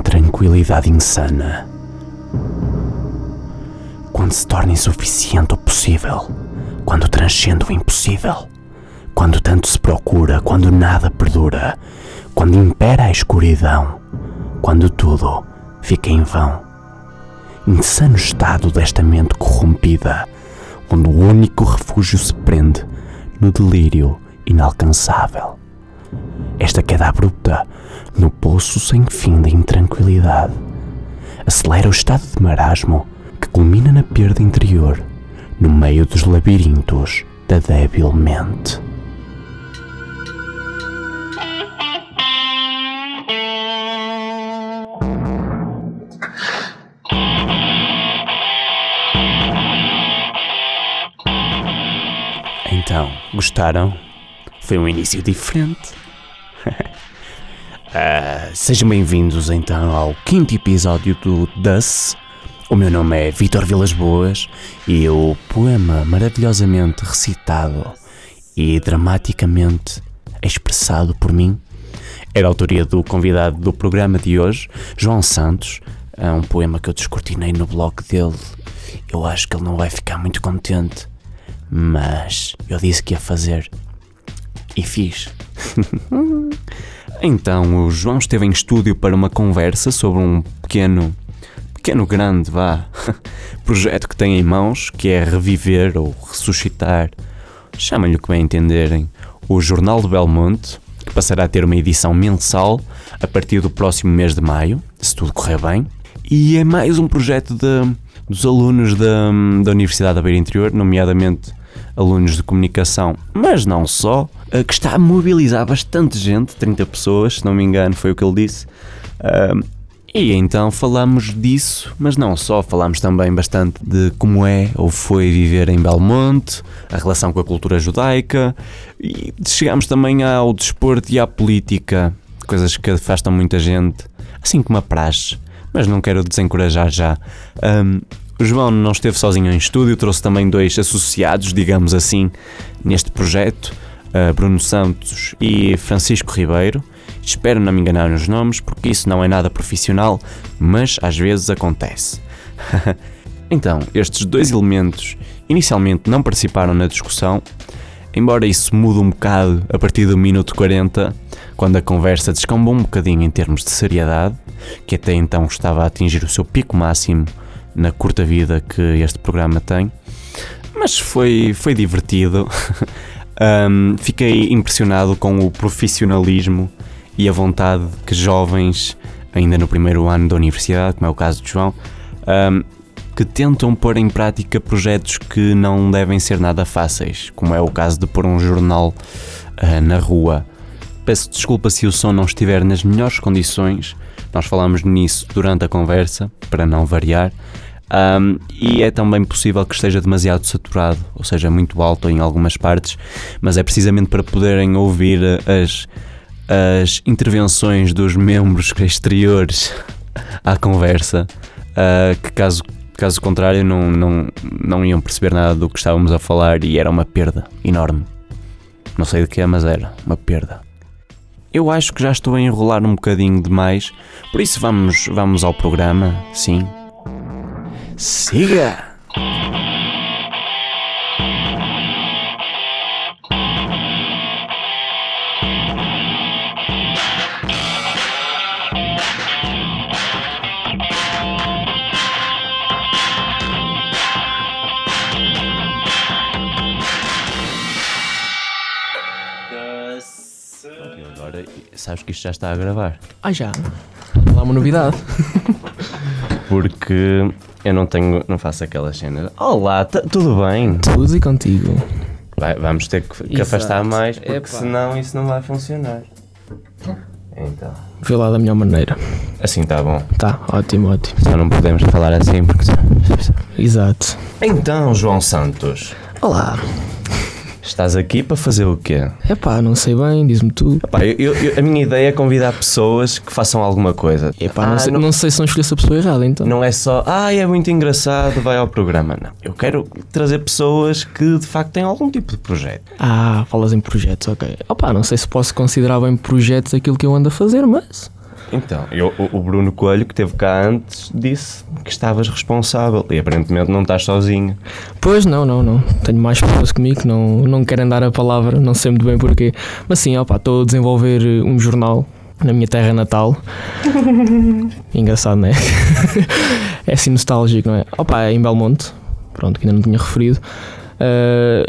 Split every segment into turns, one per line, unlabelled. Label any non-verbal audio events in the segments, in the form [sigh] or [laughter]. tranquilidade insana. Quando se torna insuficiente o possível, quando transcende o impossível, quando tanto se procura, quando nada perdura, quando impera a escuridão, quando tudo fica em vão. Insano estado desta mente corrompida, onde o único refúgio se prende no delírio inalcançável. Esta queda abrupta, no poço sem fim da intranquilidade, acelera o estado de marasmo que culmina na perda interior, no meio dos labirintos da débil mente. Então, gostaram? Foi um início diferente. Ah, sejam bem-vindos então ao quinto episódio do Das. O meu nome é Vitor Vilas Boas e o poema maravilhosamente recitado e dramaticamente expressado por mim é da autoria do convidado do programa de hoje, João Santos. É um poema que eu descortinei no blog dele. Eu acho que ele não vai ficar muito contente, mas eu disse que ia fazer e fiz. então, o João esteve em estúdio para uma conversa sobre um pequeno, pequeno grande, vá, [laughs] projeto que tem em mãos, que é reviver ou ressuscitar, chamem-lhe o que bem entenderem, o Jornal do Belmonte, que passará a ter uma edição mensal a partir do próximo mês de maio, se tudo correr bem. E é mais um projeto de, dos alunos da, da Universidade da Beira Interior, nomeadamente alunos de comunicação, mas não só, eh, que está a mobilizar bastante gente, 30 pessoas, se não me engano, foi o que ele disse. Ahm, e então falámos disso, mas não só, falámos também bastante de como é ou foi viver em Belmonte, a relação com a cultura judaica e chegámos também ao desporto e à política, coisas que afastam muita gente, assim como a praxe, mas não quero desencorajar já. Ahm, o João não esteve sozinho em estúdio, trouxe também dois associados, digamos assim, neste projeto, eh, Bruno Santos e Francisco Ribeiro. Espero não me enganar nos nomes, porque isso não é nada profissional, mas às vezes acontece. [laughs] então, estes dois elementos inicialmente não participaram na discussão, embora isso mude um bocado a partir do minuto 40, quando a conversa descamba um bocadinho em termos de seriedade, que até então estava a atingir o seu pico máximo na curta vida que este programa tem. Mas foi, foi divertido. Ahm, fiquei impressionado com o profissionalismo e a vontade que jovens, ainda no primeiro ano da universidade, como é o caso de João, ahm, que tentam pôr em prática projetos que não devem ser nada fáceis, como é o caso de pôr um jornal ah, na rua. Peço desculpa se o som não estiver nas melhores condições, nós falámos nisso durante a conversa, para não variar, Ahm, e é também possível que esteja demasiado saturado, ou seja, muito alto em algumas partes, mas é precisamente para poderem ouvir eh, as, as intervenções dos membros [laughs] exteriores à conversa, ah, que caso, caso contrário não, não, não iam perceber nada do que estávamos a falar e era uma perda enorme. Não sei de que é, mas era uma perda. Eu acho que já estou a enrolar um bocadinho demais, por isso vamos, vamos ao programa, sim. Siga! E agora, sabes que isto já está a gravar?
Ah, já. Lá uma novidade.
Porque eu não tenho, não faço aquelas cenas. Olá, tá- tudo bem?
Luz e contigo.
Vai- vamos ter que, que
Exato.
afastar mais, porque
Epá.
senão isso não vai funcionar. Então.
Vê lá da melhor maneira.
Assim está bom.
Tá, ótimo, ótimo.
Só não podemos falar assim porque.
Exato.
Então, João Santos,
Olá.
estás aqui para fazer o quê?
Epá, não sei bem, diz-me tu.
Pá, eu- eu- eu- a minha ideia é convidar pessoas que façam alguma coisa.
Epá, não,
Ah,
sei,
não-
não... sei se não escolhi a pessoa errada, então.
Não é só, ah, é muito engraçado, vai ao programa. Não. Eu quero trazer pessoas que de facto têm algum tipo de projeto.
Ah, falas em projetos, ok. Opá, não sei se posso considerar bem projetos aquilo que eu ando a fazer, mas...
Então, eu- o o Bruno Coelho, que teve cá antes, disse que estavas responsável e aparentemente não estás sozinho.
Pois não, não, não. Tenho mais pessoas comigo, não, não querem dar a palavra, não sei muito bem porquê. Mas sim, opa, estou a desenvolver eh, um jornal na minha terra natal. Engraçado, não é? [laughs] é assim nostálgico, não é? Opa, é em Belmonte, pronto, que ainda não tinha referido. Ah,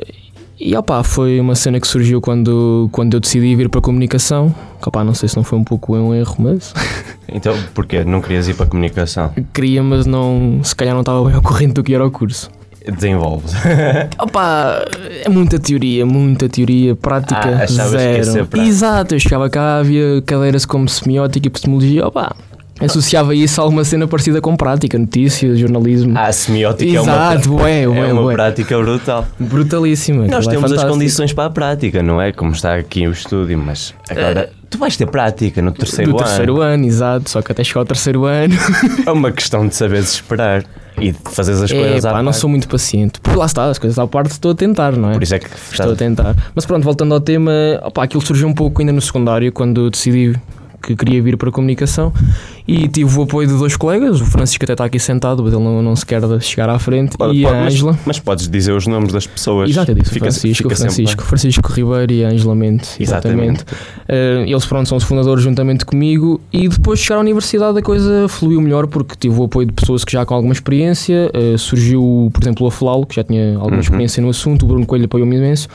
e opa, foi uma cena que surgiu quando, quando eu decidi vir para a comunicação. Que, Opa, não sei se não foi um pouco um erro, mas [laughs]
Então, porquê? Não querias ir para a comunicação?
queria, mas não, se calhar não estava bem ao corrente do que era o curso.
Desenvolves.
[laughs] Opa, é muita teoria, muita teoria, prática
Ah, achavas que ia
zero.
ser prática.
Exato, eu chegava cá, havia cadeiras como semiótica e epistemologia, opa, associava isso a alguma cena parecida com prática, notícias, jornalismo.
Ah, a semiótica
Exato,
é uma,
ué,
é
ué,
uma
ué.
prática brutal.
Brutalíssima.
Nós
aquilo é
temos as
fantástico.
condições para a prática, não é? Como está aqui o estúdio, mas agora tu vais ter prática no terceiro
Eh, do
ano.
terceiro ano, exato, só que até chegar ao terceiro ano.
É uma questão de saberes esperar e de fazeres as
É,
coisas à
pá, não
parte.
sou muito paciente. Porque lá está, as coisas à parte estou a tentar, não é?
Por isso é que
Estou a tentar. Mas pronto, voltando ao tema, opá, aquilo surgiu um pouco ainda no secundário, quando decidi que queria vir para a comunicação e tive o apoio de dois colegas, o Francisco até está aqui sentado, mas ele não, não se quer chegar à frente,
Pode-
e
pode-
a
mas,
Ângela.
mas podes dizer os nomes das pessoas.
Exato, eu disse o
Fica-
Francisco,
fica sempre
Francisco, Francisco Ribeiro e a Ângela Mente,
Exatamente.
exatamente. Eh, eles pronto, são os fundadores juntamente comigo e depois de chegar à universidade a coisa fluiu melhor porque tive o apoio de pessoas que já com alguma experiência, eh, surgiu por exemplo o Aflalo que já tinha alguma
Uhum.
experiência no assunto, o Bruno Coelho apoiou-me imenso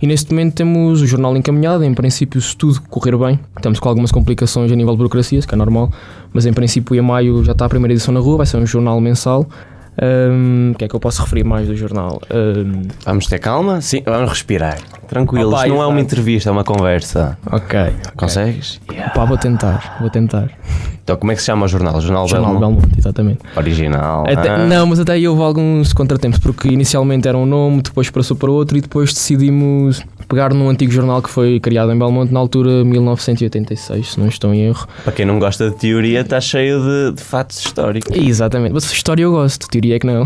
e neste momento temos o jornal encaminhado, em princípio se tudo correr bem, estamos com algumas complicações a nível de burocracias, que é normal, mas em princípio em maio já está a primeira edição na rua, vai ser um jornal mensal. Ahm, o que é que eu posso referir mais do jornal? Ahm,
Vamos ter calma? Sim, vamos respirar. Tranquilo,
Opa,
isto não é uma
exato.
entrevista, é uma conversa.
ok.
Consegues?
Pá, vou tentar, vou tentar.
Então, como é que se chama o jornal? Jornal,
Jornal
Belmo?
Belmonte, exatamente.
Original.
Até-
ah.
Não, mas até aí houve alguns contratempos, porque inicialmente era um nome, depois passou para outro e depois decidimos pegar num antigo jornal que foi criado em Belmonte na altura 1986, se não estou em erro.
Para quem não gosta de teoria, está cheio de, de fatos históricos.
É. Exatamente, mas história eu gosto, teoria é que não.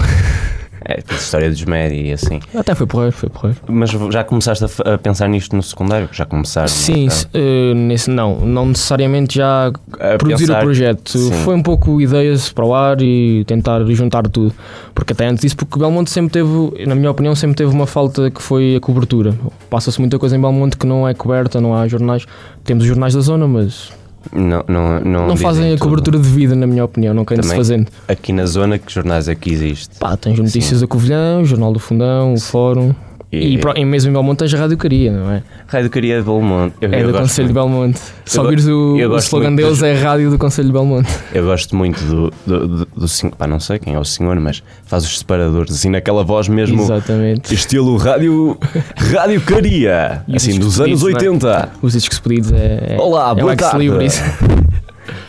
É, de história dos médios e assim.
Até foi porreiro, foi porreiro.
Mas já começaste a, f- a pensar nisto no secundário? Já começaste?
Sim,
então,
se- eh, nesse, não, não necessariamente já
a
produzir
pensar-
o projeto.
sim.
Foi um pouco ideias para o ar e tentar juntar tudo. Porque até antes disso, porque o Belmonte sempre teve, na minha opinião, sempre teve uma falta que foi a cobertura. Passa-se muita coisa em Belmonte que não é coberta, não há jornais. Temos os jornais da zona, mas
Não, não, não,
não fazem
dizem
a
tudo.
cobertura devida, na minha opinião, não querem se
Também.
fazendo.
Aqui na zona, que jornais aqui existe?
Pá, tens notícias da Covilhã, o Jornal do Fundão, o Fórum. E, pro- e mesmo em Belmonte tens a Rádio Caria, não é?
Rádio Caria de Belmonte. Eu,
É
eu
do
gosto
Conselho de Belmonte. Se
Eu go-
ouvires o,
eu
o
gosto
slogan
muito
deles,
dos-
é a Rádio do Conselho de Belmonte.
Eu gosto muito do, do, do, do senhor- pá, não sei quem é o senhor, mas faz os separadores assim naquela voz mesmo.
Exatamente.
Estilo rádio, rádio Caria,
E os é?
assim dos anos
discos de
80.
Os discos pedidos é. é-
Olá,
é
boa
o Ex
tarde.
Libris.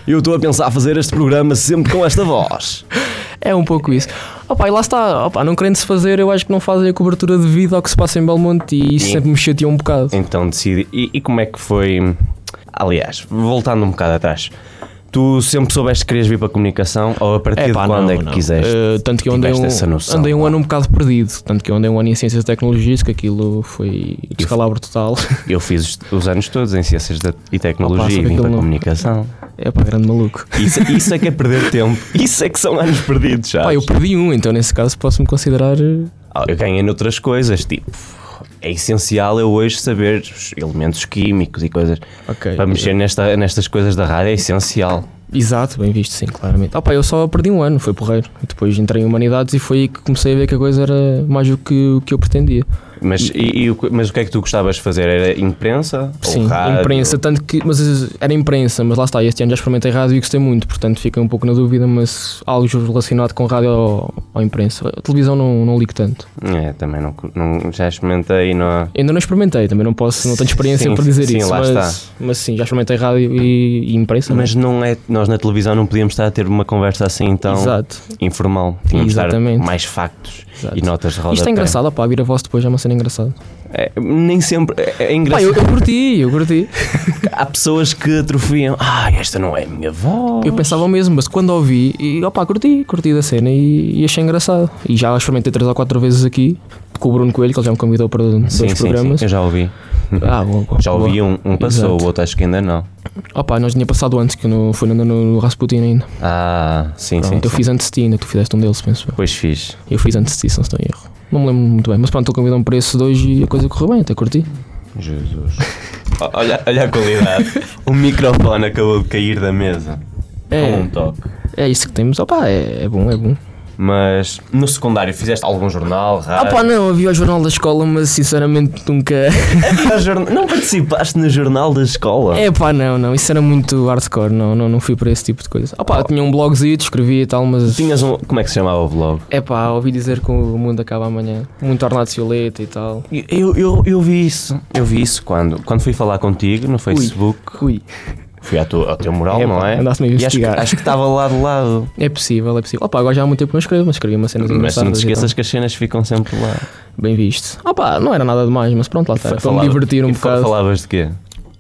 Eu estou a pensar fazer este programa sempre com esta voz.
[laughs] É um pouco isso. Opa, e lá está, opa, não querendo se fazer, eu acho que não fazem a cobertura devida ao que se passa em Belmonte e isso
Sim.
sempre me chateou um bocado.
Então decidi. E, e como é que foi? Aliás, voltando um bocado atrás, tu sempre soubeste que querias vir para a comunicação ou a partir
pá,
de quando
não,
é que
não.
quiseste?
Eh, tanto que eu andei
Tiveste
um,
essa noção,
andei um
lá.
ano um bocado perdido. Tanto que eu andei um ano em Ciências e Tecnologias, que aquilo foi descalabro total. [laughs]
Eu fiz os, os anos todos em Ciências da- e
Opa,
Tecnologia
sabe
e vim
aquilo
para a
não-
comunicação.
É pá, grande maluco.
Isso, isso é que é perder tempo. Isso é que são anos perdidos já.
Pá, eu perdi um, então nesse caso posso-me considerar. eh,
Ah, Eu ganhei noutras coisas, tipo. É essencial eu hoje saber os elementos químicos e coisas.
Ok.
Para mexer nesta, nestas coisas da rádio é essencial.
Exato, bem visto, sim, claramente. Ah, pá, eu só perdi um ano, foi porreiro. E depois entrei em Humanidades e foi aí que comecei a ver que a coisa era mais do que o que eu pretendia.
Mas, e, e o que- mas o que é que tu gostavas de fazer? Era imprensa?
Sim,
ou rádio?
imprensa, tanto que. Mas eh, era imprensa, mas lá está, este ano já experimentei rádio e gostei muito, portanto fiquei um pouco na dúvida, mas algo relacionado com rádio ou, ou imprensa. A televisão não, não ligo tanto.
É, também não, cu- não- já experimentei, não há-
Ainda não experimentei, também não posso, não tenho experiência
Sim,
para dizer
sim,
isso.
lá
mas,
está.
mas sim, já experimentei rádio e, e imprensa. né?
Mas não é, nós na televisão não podíamos estar a ter uma conversa assim então
Exato.
informal. Tínhamos de dar
Exatamente.
mais factos
Exato.
e notas de roda.
Isto é engraçado, pá, vir a voz depois é uma cena engraçada.
É, nem sempre. É, é
Pá,
engraçado.
eu, eu curti, eu curti.
Há pessoas que atrofiam. Ah, esta não é a minha voz.
Eu pensava o mesmo, mas quando ouvi, e opá, curti, curti da cena e, e achei engraçado. E já experimentei três ou quatro vezes aqui com o Bruno Coelho, que ele já me convidou para dois programas.
eu já ouvi.
Ah, bom, bom,
Já ouvi um, um passou,
Exato.
o outro acho que ainda não.
Opa, nós tinha passado antes, que eu não fui andando no Rasputin ainda.
Ah, sim, sim.
Pronto, eu
sim.
fiz antes de ti, ainda tu fizeste um deles, penso eu.
Pois fiz.
Eu fiz antes de ti, se não estou em erro. Não me lembro muito bem, mas pronto, ele convidou-me para esses dois e a um coisa correu bem, até curti.
Jesus. [laughs] O- olha, olha a qualidade. o microfone acabou de cair da mesa.
É.
Com um toque.
É isso que temos, opa, é, é bom, é bom.
Mas no secundário fizeste algum
Ah,
jornal, rádio? [laughs]
Opa, não, havia o jornal da escola, mas sinceramente nunca.
Havia jorna- Não participaste no jornal da
[laughs]
escola?
É pá, não, não, isso era muito hardcore, não, não, não fui para esse tipo de coisa. Ah pá, eu tinha um blogzinho, escrevia e tal, mas.
Tinhas um. Como é que se chamava o vlog?
É pá, ouvi dizer que o mundo acaba amanhã. Muito Ornato Violeta e tal.
Eu, eu, eu vi isso. Eu vi isso quando, quando fui falar contigo no Facebook.
Ui,
Fui à tua- ao teu mural,
É,
não
pá,
é?
andaste-me a
E acho que-
investigar.
Acho que estava lá de lado.
é possível, é possível. Opa, agora já há muito tempo que não escrevo, mas escrevi uma cena então.
Mas não te esqueças que as cenas ficam sempre lá.
Bem visto. Opa, não era nada demais, mas pronto, lá está. Para me
Falava-
divertir um
e fa-
bocado.
Falavas de quê?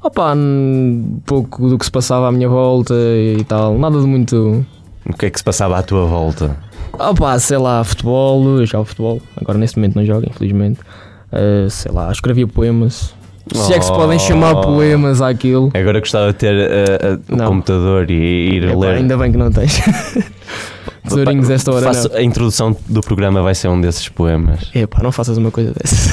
Opa, um pouco do que se passava à minha volta e tal. Nada de muito.
O que é que se passava à tua volta?
Opa, sei lá, futebol, eu jogo futebol. Agora neste momento não jogo, infelizmente. Ah, sei lá, escrevia poemas. Se é que se podem chamar
Oh.
poemas àquilo.
Agora gostava de ter uh, uh, um
Não.
computador e É ir
Epá,
ler.
ainda bem que
[laughs]
não tens. Tesourinhos desta hora.
Faço-
Não.
a introdução do programa vai ser um desses poemas.
Epá, não faças uma coisa dessas.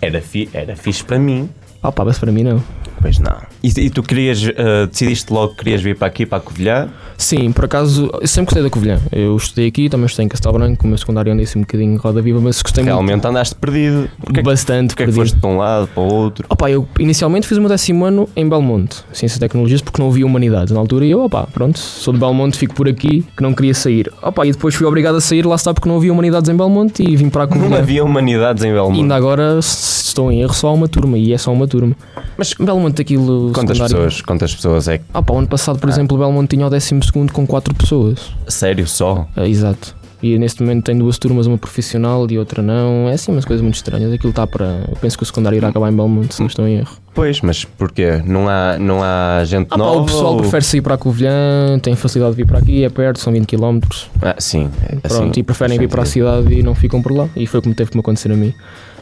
Era, fi, era fixe para mim.
Opa, mas para mim não.
Pois não. E, e tu querias, uh, decidiste logo que querias vir para aqui, para a Covilhã?
Sim, por acaso, eu sempre gostei da Covilhã. Eu estudei aqui, também estudei em Castelo Branco, o meu secundário andei assim um bocadinho em roda viva, mas gostei
Realmente andaste perdido. Porquê
muito,
que,
bastante
porquê que
perdido.
foste de um lado para o outro?
Opa, eu inicialmente fiz o meu décimo ano em Belmonte, Ciência e Tecnologias, porque não havia humanidades na altura e eu, opa, pronto, sou de Belmonte, fico por aqui, que não queria sair. Opa, e depois fui obrigado a sair, lá está, porque não havia humanidades em Belmonte e vim para a
Não
Covilhã.
havia humanidades em
E
Belmonte.
ainda agora, se estou em erro, só há uma turma, e é só uma turma.
Mas
Belmonte, aquilo.
quantas
secundário-
pessoas, quantas pessoas é que...
Ah, pá, o ano passado, por
Ah.
exemplo, o Belmonte tinha o 12 com 4 pessoas.
Sério, só?
Ah, exato. E neste momento tem duas turmas, uma profissional e outra não. É assim umas coisas muito estranhas. Aquilo está para. Eu penso que o secundário irá acabar em Belmonte, se não estou em erro.
Pois, mas porquê? Não há, não há gente
Ah, pá,
nova?
o pessoal
ou-
prefere sair para a Covilhã, tem facilidade de vir para aqui, é perto, são 20 km.
Ah, sim. é
Pronto,
assim,
e preferem vir para a
faz
cidade e não ficam por lá. E foi como teve que me acontecer a mim.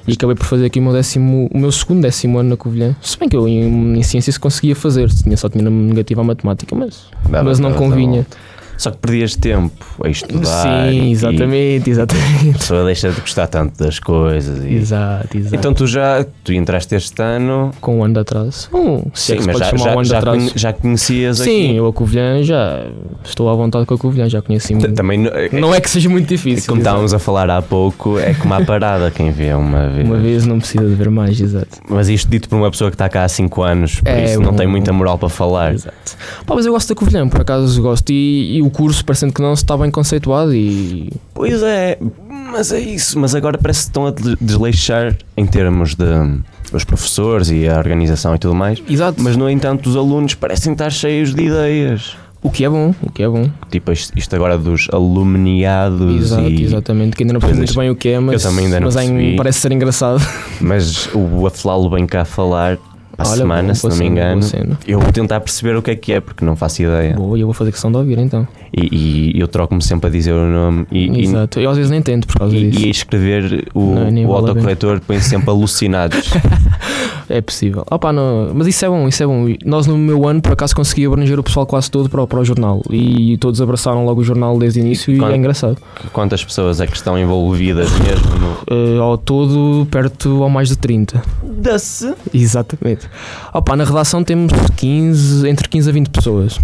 E acabei por fazer aqui o meu, décimo, o meu segundo décimo ano na Covilhã. Se bem que eu em, em ciências conseguia fazer, tinha, só tinha negativa a matemática, mas,
sentido. Dava-
mas não
dava- dava
convinha.
volta. Só que perdias tempo a estudar.
Sim,
e
exatamente, exatamente.
A pessoa deixa de gostar tanto das coisas. E...
Exato, exato.
Então tu já tu entraste este ano.
com um ano de atraso. Um, se é que se
mas
pode
já,
chamar
já,
um ano de
já,
atraso.
conhe- já conhecias
Sim,
aqui.
eu a Covilhã já estou à vontade com a Covilhã, já conheci
T-
muito.
Também não- é-
Não é que seja muito
é
difícil.
como
exato.
estávamos a falar há pouco, é como a parada quem vê uma vez.
Uma vez não precisa de ver mais, exato.
Mas isto dito por uma pessoa que está cá há 5 anos, por
É
isso não
um-
tem muita moral para falar.
Exato. Pá, mas eu gosto da Covilhã, por acaso gosto. E, e o curso, parecendo que não, está bem conceituado e.
Pois é, mas é isso. Mas agora parece que estão a de- desleixar em termos de os professores e a organização e tudo mais.
Exato.
Mas, no entanto, os alunos parecem estar cheios de ideias.
O que é bom, o que é bom.
Tipo, isto isto agora dos alumniados
Exato,
e...
exatamente. Que ainda não percebi
coisas-
muito bem o que é, mas,
também ainda não
mas é em-
percebi.
parece ser engraçado.
Mas o Aflalo vem cá falar para a
Olha,
semana,
boa
se não me
cena,
engano.
boa cena.
Eu vou tentar perceber o que é que é, porque não faço ideia.
Boa, e eu vou fazer questão de ouvir então.
E, e eu troco-me sempre a dizer o nome e, e-
Exato. Eu às vezes nem entendo por causa
e-
disso.
e a escrever o,
Não, nem
o
vale a pena.
autocorretor põe
[laughs]
sempre alucinados.
É possível. Opa, não. Mas isso é bom, isso é bom. E Nós no meu ano, por acaso, consegui abranger o pessoal quase todo para, o- para o jornal. E todos abraçaram logo o jornal desde o início e,
Quando-
é engraçado.
Quantas pessoas é que estão envolvidas mesmo no.
Eh, ao todo, perto ao mais de 30.
Dá-se.
Exatamente. Opa, na redação temos 15, entre 15 a 20 pessoas.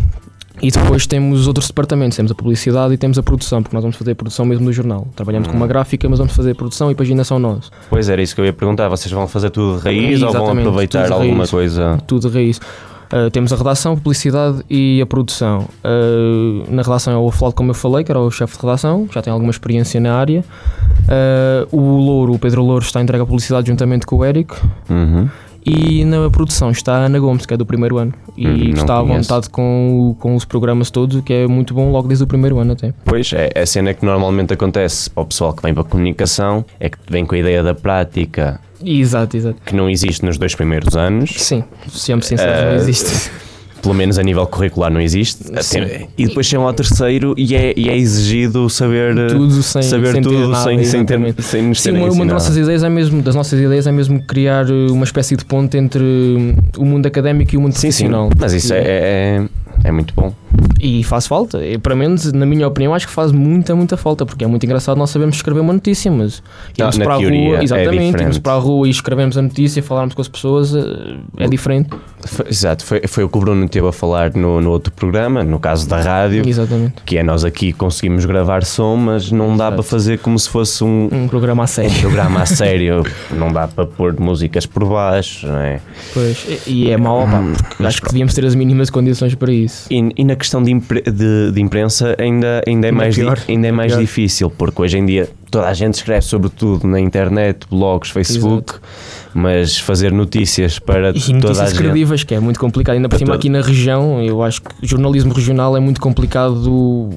E depois temos outros departamentos, temos a publicidade e temos a produção, porque nós vamos fazer a produção mesmo do jornal. Trabalhamos com uma gráfica, mas vamos fazer a produção e paginação nós.
Pois era isso que eu ia perguntar. Vocês vão fazer tudo de raiz ou vão
Exatamente,
aproveitar
tudo de
alguma
raiz.
coisa?
tudo de raiz. Uh, temos a redação, publicidade e a produção. Uh, na redação é o Aflado, como eu falei, que era o chefe de redação, já tem alguma experiência na área. Ah, Uh, o Louro, o Pedro Louro, está entregue à publicidade juntamente com o Eric.
Uhum.
E na produção está a Ana Gomes, que é do primeiro ano. E
Hum, não
está à
conheço.
vontade com, o- com os programas todos, o que é muito bom logo desde o primeiro ano até.
Pois, é, é a cena que normalmente acontece para o pessoal que vem para a comunicação, é que vem com a ideia da prática
Exato, exato.
que não existe nos dois primeiros anos,
Sim, sejamos sinceros, não
Eh,
existe.
pelo menos a nível curricular não existe,
Sim.
Até- e depois chegam ao terceiro e é, e é exigido saber eh,
Tudo sem-
saber
sem ter
tudo
nada,
sem, sem,
exatamente.
ter, sem nos
Sim,
terem
uma, uma das
ensinado.
nossas ideias é mesmo, das nossas ideias é mesmo criar eh, uma espécie de ponte entre hum, o mundo académico e o mundo
Sim, sim,
profissional.
mas isso é, é, é- é muito bom.
E faz falta, e, para menos, na minha opinião, acho que faz muita, muita falta, porque é muito engraçado nós sabemos escrever uma notícia, mas irmos
na
para a
teoria
rua,
é
exatamente, irmos
diferente.
para a rua e escrevemos a notícia, falarmos com as pessoas, eh, é diferente.
Foi- exato, foi, foi o que o Bruno teve a falar no, no outro programa, no caso da rádio,
Exatamente.
que é nós aqui conseguimos gravar som, mas não dá
Exato.
para fazer como se fosse um,
Um programa a sério.
um programa a
[laughs]
sério. Não dá para pôr músicas por baixo, não é?
Pois, e e é mau, pá,
Hum,
porque acho que devíamos ter as mínimas condições para isso.
E, e na questão de, impre- de- de imprensa ainda, ainda é mais, di-
pior,
ainda é mais
pior.
difícil, porque hoje em dia toda a gente escreve sobre tudo na internet, blogs, Facebook, mas fazer notícias para toda
E
a
notícias
gente.
credíveis, que é muito complicado. Ainda por
Para
cima,
toda-
aqui na região, eu acho que jornalismo regional é muito complicado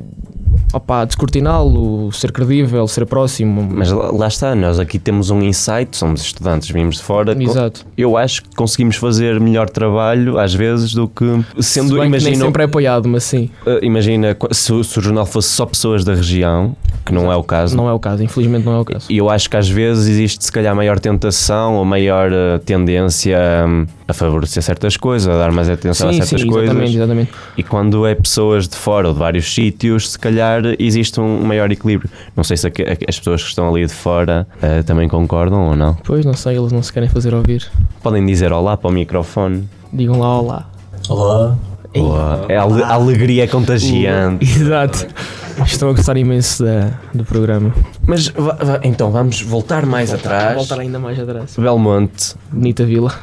opá, descortiná-lo, ser credível, ser próximo.
Mas lá, lá está, nós aqui temos um insight, somos estudantes, vimos de fora.
Exato.
Eu acho que conseguimos fazer melhor trabalho às vezes do que
Se
sendo
bem que nem
imagina, um
sempre é apoiado, mas sim,
eh, imagina qu- se, se o jornal fosse só pessoas da região, que não é o caso,
não é o caso. Infelizmente, não é o caso.
E eu acho que às vezes existe se calhar maior tentação ou maior eh, tendência hum, a favorecer certas coisas, a dar mais atenção a
sim,
certas
sim,
coisas.
exatamente, exatamente.
E quando é pessoas de fora ou de vários sítios, se calhar existe um maior equilíbrio. Não sei se aque- aque- as pessoas que estão ali de fora eh, também concordam ou não.
Pois, não sei, eles não se querem fazer ouvir.
Podem dizer olá para o microfone.
Digam lá, olá.
[laughs]
Olá.
Olá. É ale- a alegria é contagiante.
Exato. Estou a gostar imenso da- do programa.
Mas va- va- então vamos voltar mais atrás.
Voltar ainda mais atrás.
Belmonte,
Bonita vila.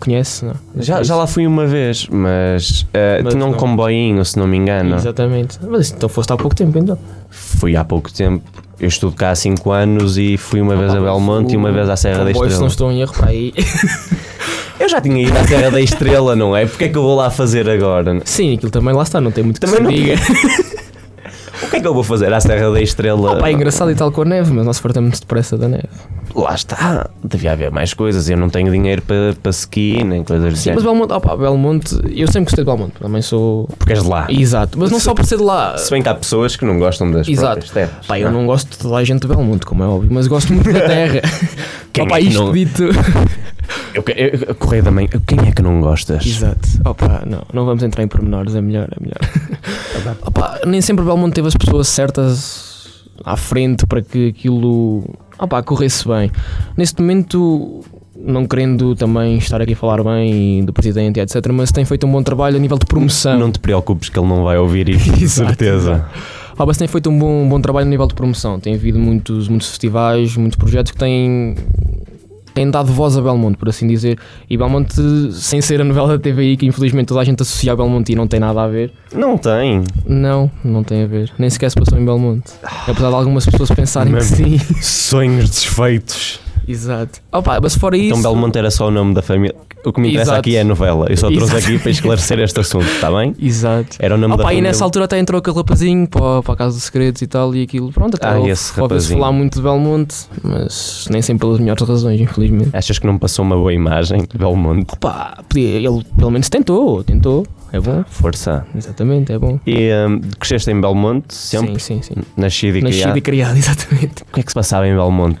Conhece, não?
Já, já lá fui uma vez, mas, eh,
Mas
tinha um
não.
comboinho, se não me engano.
Exatamente. Mas então foste há pouco tempo, então.
Fui há pouco tempo. Eu estudo cá há 5 anos e fui
Ah,
uma vez a Belmonte e uma vez à Serra da
Comboios,
Estrela.
se não estou em erro, pá, aí.
Eu já tinha ido à Serra da Estrela, não é? Porque é que eu vou lá fazer agora?
[laughs] Sim, aquilo também lá está, não tem muito
Também
que
não
se diga.
[laughs] O que é que eu vou fazer à Serra da Estrela?
Pá, é engraçado e tal com a neve, mas nós fartamos depressa da neve.
Lá está. Devia haver mais coisas. Eu não tenho dinheiro para para ski nem coisas assim.
Mas Belmonte, opá, Belmonte, eu sempre gostei de Belmonte, também sou.
Porque és de lá.
Exato, mas não só por ser de lá.
Se bem que há pessoas que não gostam das
Exato.
próprias terras. é?
Pá, eu não gosto de toda a gente de Belmonte, como é óbvio, mas gosto
[laughs]
muito da terra.
Quem
opá,
é que
isto
não-
dito.
Eu, eu, eu- Correio da Manhã, Quem é que não gostas?
Exato. Opá, não, não vamos entrar em pormenores, é melhor, é melhor.
[laughs]
Opá, nem sempre Belmonte teve as pessoas certas à frente para que aquilo opá, corresse bem. Neste momento, não querendo também estar aqui a falar bem do presidente, etc., mas tem feito um bom trabalho a nível de promoção.
Não te preocupes que ele não vai ouvir isto, de
[laughs] Exato,
certeza.
Ah, mas tem feito um bom, um bom trabalho a nível de promoção. Tem havido muitos, muitos festivais, muitos projetos que têm, têm dado voz a Belmonte, por assim dizer. E Belmonte, sem ser a novela da TVI, que infelizmente toda a gente associa a Belmonte e não tem nada a ver,
Não tem.
não, não tem a ver. Nem sequer se passou em Belmonte. Apesar de algumas pessoas pensarem que
Mesmo.
sim. [laughs]
Sonhos desfeitos.
Exato. Opa, mas fora isso.
Então Belmonte era só o nome da família. O que me interessa
Exato.
aqui é a novela. Eu só trouxe
Exato.
aqui para esclarecer este assunto, está bem?
Exato.
Era o nome da
Opa, e
família.
nessa altura até entrou aquele rapazinho para, para a Casa dos Segredos e tal e aquilo. Pronto, até
Ah,
ouve-
esse
ouve-se
rapazinho.
falar muito de Belmonte, mas nem sempre pelas melhores razões, infelizmente.
Achas que não passou uma boa imagem de Belmonte?
Pá, podia- ele pelo menos tentou, tentou. É bom.
Força.
Exatamente, é bom.
E hum, cresceste em Belmonte, sempre
Sim, sim, sim.
nascido e
Nascido
criado.
e criado, [laughs] exatamente.
O que é que se passava em Belmonte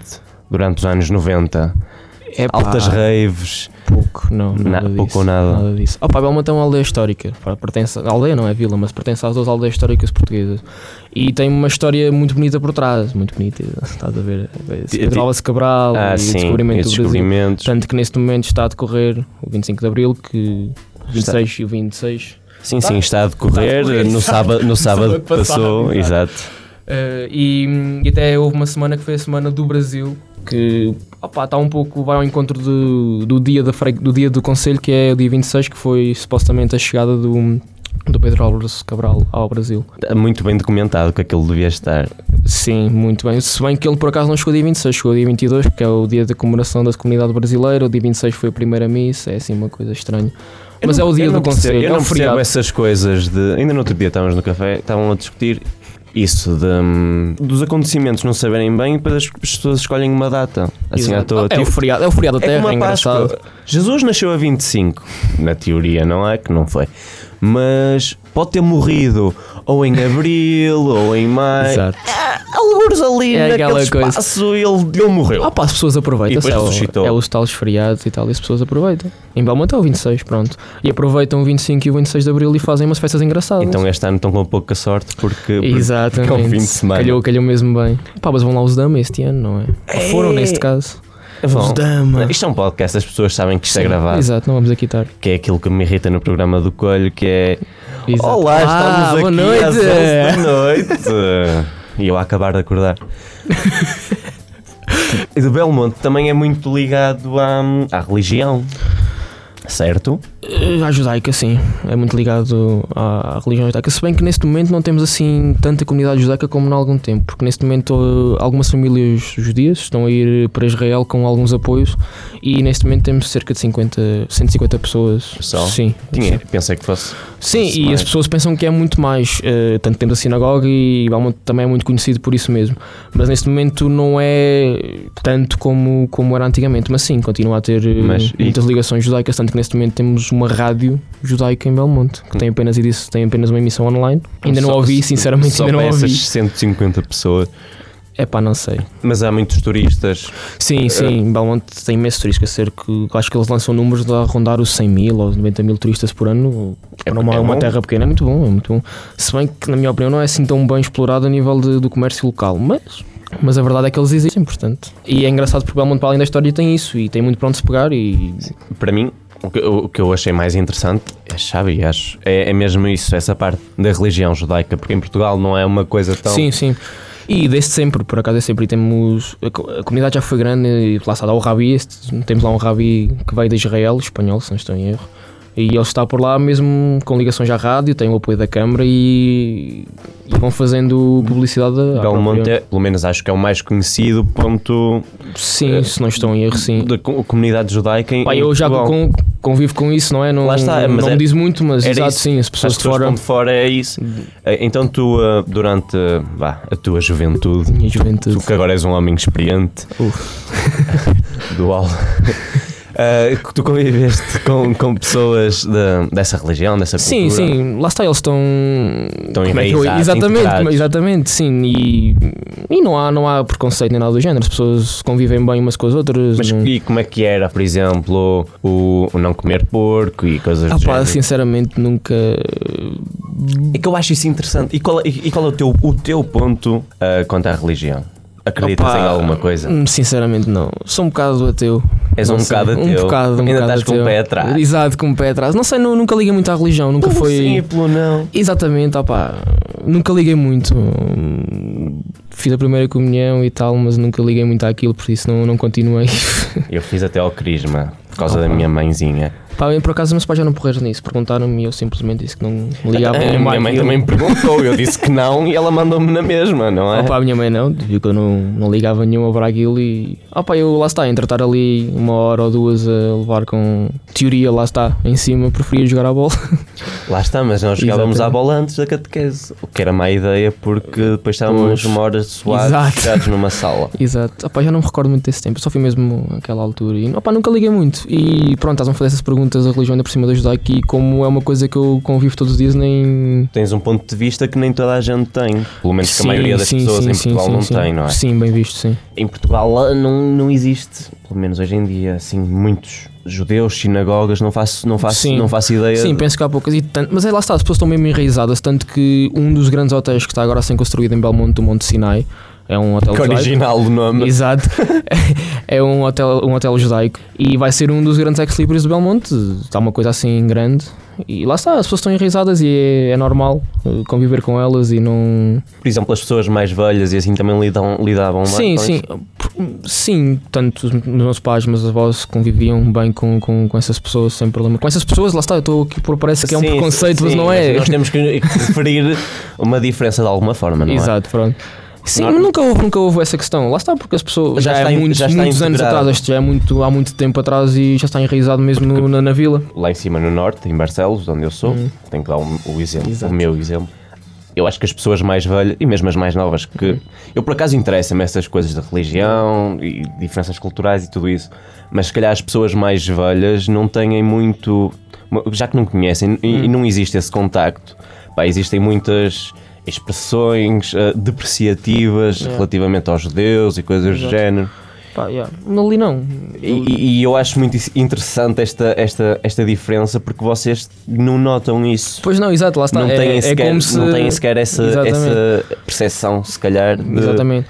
durante os anos 90?
É
Altas raves.
Pouco, não.
Na-
Nada disso,
pouco ou nada.
disso. Opa, Belmonte é uma aldeia histórica. Pá, Pertence, aldeia não é vila, mas pertence às duas aldeias históricas portuguesas. E tem uma história muito bonita por trás. Muito bonita, [laughs] estás a ver? É, Esse
Ti- ti-
Pedro Álvares Cabral
Ah,
e
sim.
o descobrimento
esses
do Brasil. Tá-
descobrimentos.
Tanto que neste momento está a decorrer o 25 de Abril, que 26 e o 26
Sim,
tá
sim, está a decorrer.
Está a decorrer,
no
exato.
sábado,
[laughs]
no sábado
sábado Tá passado,
passou, exato.
Uh, e, hum, e até houve uma semana que foi a semana do Brasil, que opá, está um pouco, vai ao encontro do, do, dia da, fre- do dia do Conselho, que é o dia 26, que foi supostamente a chegada do, do Pedro Álvares Cabral ao Brasil.
Está Tá muito bem documentado que aquilo devia estar.
Sim, muito bem. Se bem que ele por acaso não chegou dia 26, chegou dia 22, porque é o dia da comemoração da comunidade brasileira. O dia 26 foi a primeira missa, é assim uma coisa estranha.
Eu
Mas
não-
é o dia
eu
do
não percebo-
conselho,
Eu
é
não
um
percebo
feriado.
essas coisas de. Ainda no outro dia estávamos no café, estavam a discutir isso de, hum, dos acontecimentos não saberem bem e depois as pessoas escolhem uma data. Assim à
Exato.
toa.
É o
Tipo,
feriado, é o feriado da
é
Terra,
como
é
a
engraçado.
Páscoa. Jesus nasceu a 25. Na teoria, não é? Que não foi. Mas pode ter morrido ou em abril [laughs] ou em maio.
Exato.
Alguns ali
É
naquele
aquela coisa.
espaço ele, ele morreu.
Ah pá, as pessoas aproveitam.
E depois
sabe?
ressuscitou.
é os tais feriados e tal, e as pessoas aproveitam. Em Belmonte é o 26, pronto. E aproveitam o 25 e o 26 de Abril e fazem umas festas engraçadas.
Então este ano estão com pouca sorte porque.
Exatamente.
porque é um fim de semana.
Calhou, calhou mesmo bem. Pá, mas vão lá os Dama este ano, não é? Ou foram
Ei!
neste caso.
Vão.
Dama.
Isto é um podcast, as pessoas sabem que isto é gravado.
Exato, não vamos aqui estar.
Que é aquilo que me irrita no programa do Coelho, que é
Exato.
Olá,
Ah,
estamos
boa
aqui
noite.
às 11 da noite. e eu a acabar de
[laughs]
acordar. e do Belmonte também é muito ligado à, à religião. Certo?
Eh, A judaica, sim, é muito ligado à, à religião judaica. Se bem que neste momento não temos assim tanta comunidade judaica como há algum tempo, porque neste momento eh, algumas famílias judias estão a ir para Israel com alguns apoios e neste momento temos cerca de 50, 150 pessoas.
Pessoal?
Sim,
Tinha, pensei que fosse.
Sim,
fosse
e
mais.
as pessoas pensam que é muito mais. eh, tanto temos a sinagoga e Belmonte também é muito conhecido por isso mesmo. Mas neste momento não é tanto como, como era antigamente, mas sim, continua a ter eh,
Mas e-
muitas ligações judaicas. Tanto que neste momento temos uma rádio judaica em Belmonte, que tem apenas, e disse, tem apenas uma emissão online. Ainda não
Só-
ouvi, sinceramente,
só
ainda não
para
ouvi.
essas 150 pessoas.
É pá, não sei.
Mas há muitos turistas.
Sim, sim, Belmonte tem imensos turistas, cerca, acho que eles lançam números a rondar os 100 mil ou 90 mil turistas por ano, é, uma,
é
uma
bom.
terra pequena, é muito bom, é muito bom. Se bem que, na minha opinião, não é assim tão bem explorado a nível de- do comércio local, mas, mas a verdade é que eles existem, portanto. E é engraçado porque Belmonte, para além da história, tem isso e tem muito para onde se pegar e...
Para mim, o que, o que eu achei mais interessante é chave, acho. É, é mesmo isso, essa parte da religião judaica, porque em Portugal não é uma coisa tão.
Sim, sim. E desde sempre, por acaso é sempre, e temos. A, co- a comunidade já foi grande, e lá está lá o Rabi, este- temos lá um Rabi que veio de Israel, espanhol, se não estou em erro. E ele está por lá mesmo com ligações à rádio, tem o apoio da Câmara e, e vão fazendo publicidade. à
Belmonte,
própria-
é, pelo menos acho que é o mais conhecido ponto é-
Sim, se não estou em erro, sim.
da co- comunidade judaica em
Pá, eu já
Portugal.
con- convivo com isso, não é? Não,
Lá está, mas
não
era-
me diz muito, mas
era
exato,
isso.
sim, as pessoas
As
de fora.
estão de fora é isso. Eh, Então tu, eh, durante eh, vá, a tua juventude,
Minha
tu
juventude.
que agora és um homem experiente do [laughs] al eh, que tu conviveste com, com pessoas da- dessa religião, dessa
Sim,
cultura.
sim, lá está, eles estão.
Estão
Como é que eu-
enraizados,
Exatamente,
integrados.
exatamente, sim. E, e não, há, não há preconceito nem nada do género, as pessoas convivem bem umas com as outras.
Mas
não...
e como é que era, por exemplo, o, o não comer porco e coisas
Ah,
do
pá,
género?
sinceramente, nunca.
É que eu acho isso interessante. E qual, e- e qual é o teu, o teu ponto ah, quanto à religião? Acreditas
Opa,
em alguma coisa?
hum, Sinceramente, não. Sou um bocado ateu.
És
Não
um
sei,
bocado
Um
ateu.
bocado, um
Ainda
bocado
estás com o
ateu.
pé atrás.
Exato, com o pé atrás. Não sei, nu- nunca liguei muito à religião, nunca foi.
pelo não.
Exatamente, opá, nunca liguei muito. Fiz a primeira comunhão e tal, mas nunca liguei muito àquilo, por isso não, não continuei. [laughs]
Eu fiz até ao crisma, por causa da
Opa.
minha mãezinha.
Pá, eu, por acaso, meus pais já não porreram nisso. Perguntaram-me e eu simplesmente disse que não
A
ligava um nenhuma
minha mãe
àquilo.
também me perguntou, eu disse que não e ela mandou-me na mesma, não é?
Opa, a minha mãe não, viu que eu não, não ligava nenhuma para aquilo e. Opa, eu lá está, entre estar ali uma hora ou duas a levar com teoria, lá está, em cima, preferia jogar à bola.
Lá está, mas nós jogávamos
Exatamente.
à bola antes da catequese, o que era má ideia porque depois estávamos
Pois.
uma hora suados,
Exato.
fechados numa sala.
Exato. Opá, já não me recordo muito desse tempo, só fui mesmo àquela altura e opá, nunca liguei muito. E pronto, estás a fazer essas perguntas da religião ainda por cima da judaica e como é uma coisa que eu convivo todos os dias nem...
Tens um ponto de vista que nem toda a gente tem, pelo menos que a maioria das
sim,
pessoas
sim,
em
sim,
Portugal
sim,
não
sim.
tem, não é?
Sim, bem visto, sim.
em Portugal ah, não, não existe, pelo menos hoje em dia, assim, muitos judeus, sinagogas, não faço, não faço,
Sim.
não faço ideia.
Sim, penso que há poucas. E tanto, mas é lá está, as pessoas estão mesmo enraizadas. Tanto que um dos grandes hotéis que está agora a ser construído em Belmonte, o Monte Sinai, é um hotel
que
judaico.
original do nome.
Exato. [laughs] é um hotel, um hotel judaico. E vai ser um dos grandes ex-libris do Belmonte. Está uma coisa assim grande. E lá está, as pessoas estão enraizadas e é, é normal eh, conviver com elas e não.
Por exemplo, as pessoas mais velhas e assim também lidam, lidavam mais
sim,
com
sim.
isso.
Sim, tanto os meus pais, meus avós conviviam bem com, com, com essas pessoas sem problema. Com essas pessoas, lá está, eu estou aqui por parece que é um
Sim,
preconceito,
sim,
mas não
sim,
é.
Nós temos que referir uma diferença de alguma forma, não é?
Exato, pronto. Sim,
Nós-
nunca houve, nunca houve essa questão. Lá está, porque as pessoas
Já
já,
está
é
in-
muitos,
já está
muitos anos
integrado.
atrás, isto já é muito, há muito tempo atrás e já está enraizado mesmo no- na, na vila.
lá em cima no norte, em Barcelos, onde eu sou, tenho que dar um- o exemplo,
Exato.
o meu exemplo. Eu acho que as pessoas mais velhas e mesmo as mais novas, que eu por acaso interessa-me essas coisas de religião e diferenças culturais e tudo isso, mas se calhar as pessoas mais velhas não têm muito, já que não conhecem e, e não existe esse contacto, pá, existem muitas expressões ah, depreciativas relativamente aos judeus e coisas do género.
Pá, yeah. Ali não.
E, e eu acho muito isso- interessante esta, esta, esta diferença porque vocês não notam isso.
Pois não, exato, lá está.
não,
é,
têm
é
sequer,
como se.
não têm sequer essa,
Exatamente.
essa percepção, se calhar. De...
Exatamente.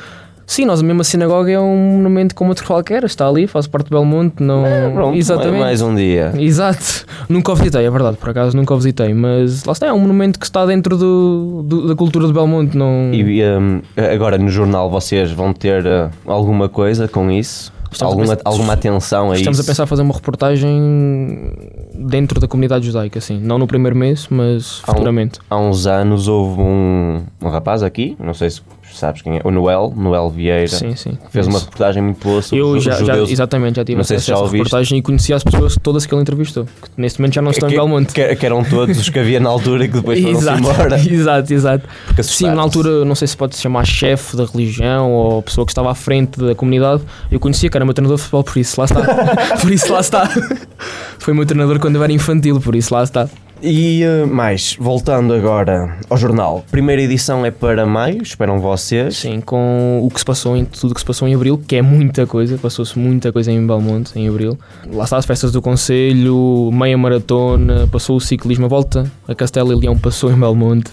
Sim, nós a mesma sinagoga é um monumento como outro qualquer, está ali, faz parte do Belmonte, não.
É, Pronto,
Exatamente.
Mais um dia.
Exato, nunca o visitei, é verdade, por acaso nunca o visitei, mas lá está, é um monumento que está dentro do, do- da cultura de Belmonte, não.
E hum, agora no jornal vocês vão ter uh, alguma coisa com isso?
Estamos a
Alguma,
pensar-
alguma atenção a
Estamos
É isso?
a pensar fazer uma reportagem dentro da comunidade judaica, assim. Não no primeiro mês, mas
Há um-
futuramente.
Há uns anos houve um, um rapaz aqui, não sei se sabes quem é, o Noel, Noel Vieira,
Sim, sim.
que fez uma reportagem muito boa sobre
Eu
os
já, já,
judeus
exatamente, já tive
Não sei
acesso
se já
a essa
ouviste.
reportagem e conheci as pessoas todas que ele entrevistou, que neste momento já não estão em
É que,
Belmonte.
que- que eram todos os que havia na altura e que depois foram-se
[laughs]
embora.
exato, exato.
Porque
Sim,
assustaram-se.
na altura, não sei se pode se chamar chefe da religião ou pessoa que estava à frente da comunidade. Eu conhecia, cara, meu treinador de futebol, por isso lá está. [laughs] por isso lá está. [laughs] Foi meu treinador quando eu era infantil, por isso lá está.
E eh, mais, voltando agora ao jornal. Primeira edição é para maio, esperam vocês.
Sim, com o que se passou em tudo o que se passou em abril, que é muita coisa, passou-se muita coisa em Belmonte em abril. Lá está as festas do Conselho, meia maratona, passou o ciclismo a volta, a Castela e Leão passou em Belmonte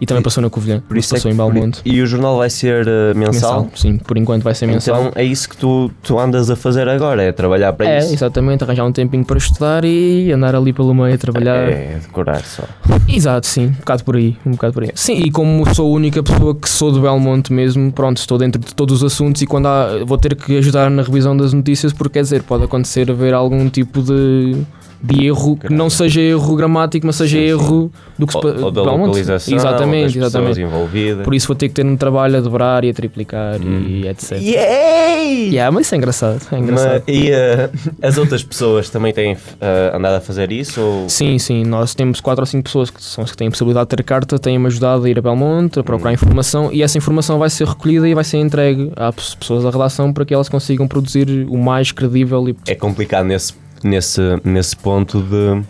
e também passou na Covilhã,
Por isso é
passou
que-
em Belmonte.
E o jornal vai ser eh, mensal?
Sim, por enquanto vai ser mensal.
Então é isso que tu, tu andas a fazer agora, é trabalhar para
É,
isso.
exatamente, arranjar um tempinho para estudar e andar ali pelo meio a trabalhar.
É, decorar só.
Exato, sim, um bocado por aí, um bocado por aí. Sim, e como sou a única pessoa que sou de Belmonte mesmo, pronto, estou dentro de todos os assuntos e quando há, vou ter que ajudar na revisão das notícias, porque quer dizer, pode acontecer haver algum tipo de, de erro, que não seja erro gramático, mas seja
Sim, sim.
erro do que se
Ou,
pa-
ou da
de Belmonte.
localização, das
Exatamente,
pessoas
exatamente.
envolvidas.
Por isso vou ter que ter um trabalho a dobrar e a triplicar
Hum.
e etc.
Yay!
é Yeah, mas isso é engraçado, é engraçado.
Ma- e eh, as outras pessoas também têm eh, andado a fazer isso? Ou...
Sim, sim, nós temos quatro ou cinco pessoas que são as que têm a possibilidade de ter carta, têm-me ajudado a ir a Belmonte, a procurar
Hum.
informação e essa informação vai ser recolhida e vai ser entregue às pessoas da redação para que elas consigam produzir o mais credível e.
é complicado nesse, nesse, nesse ponto de.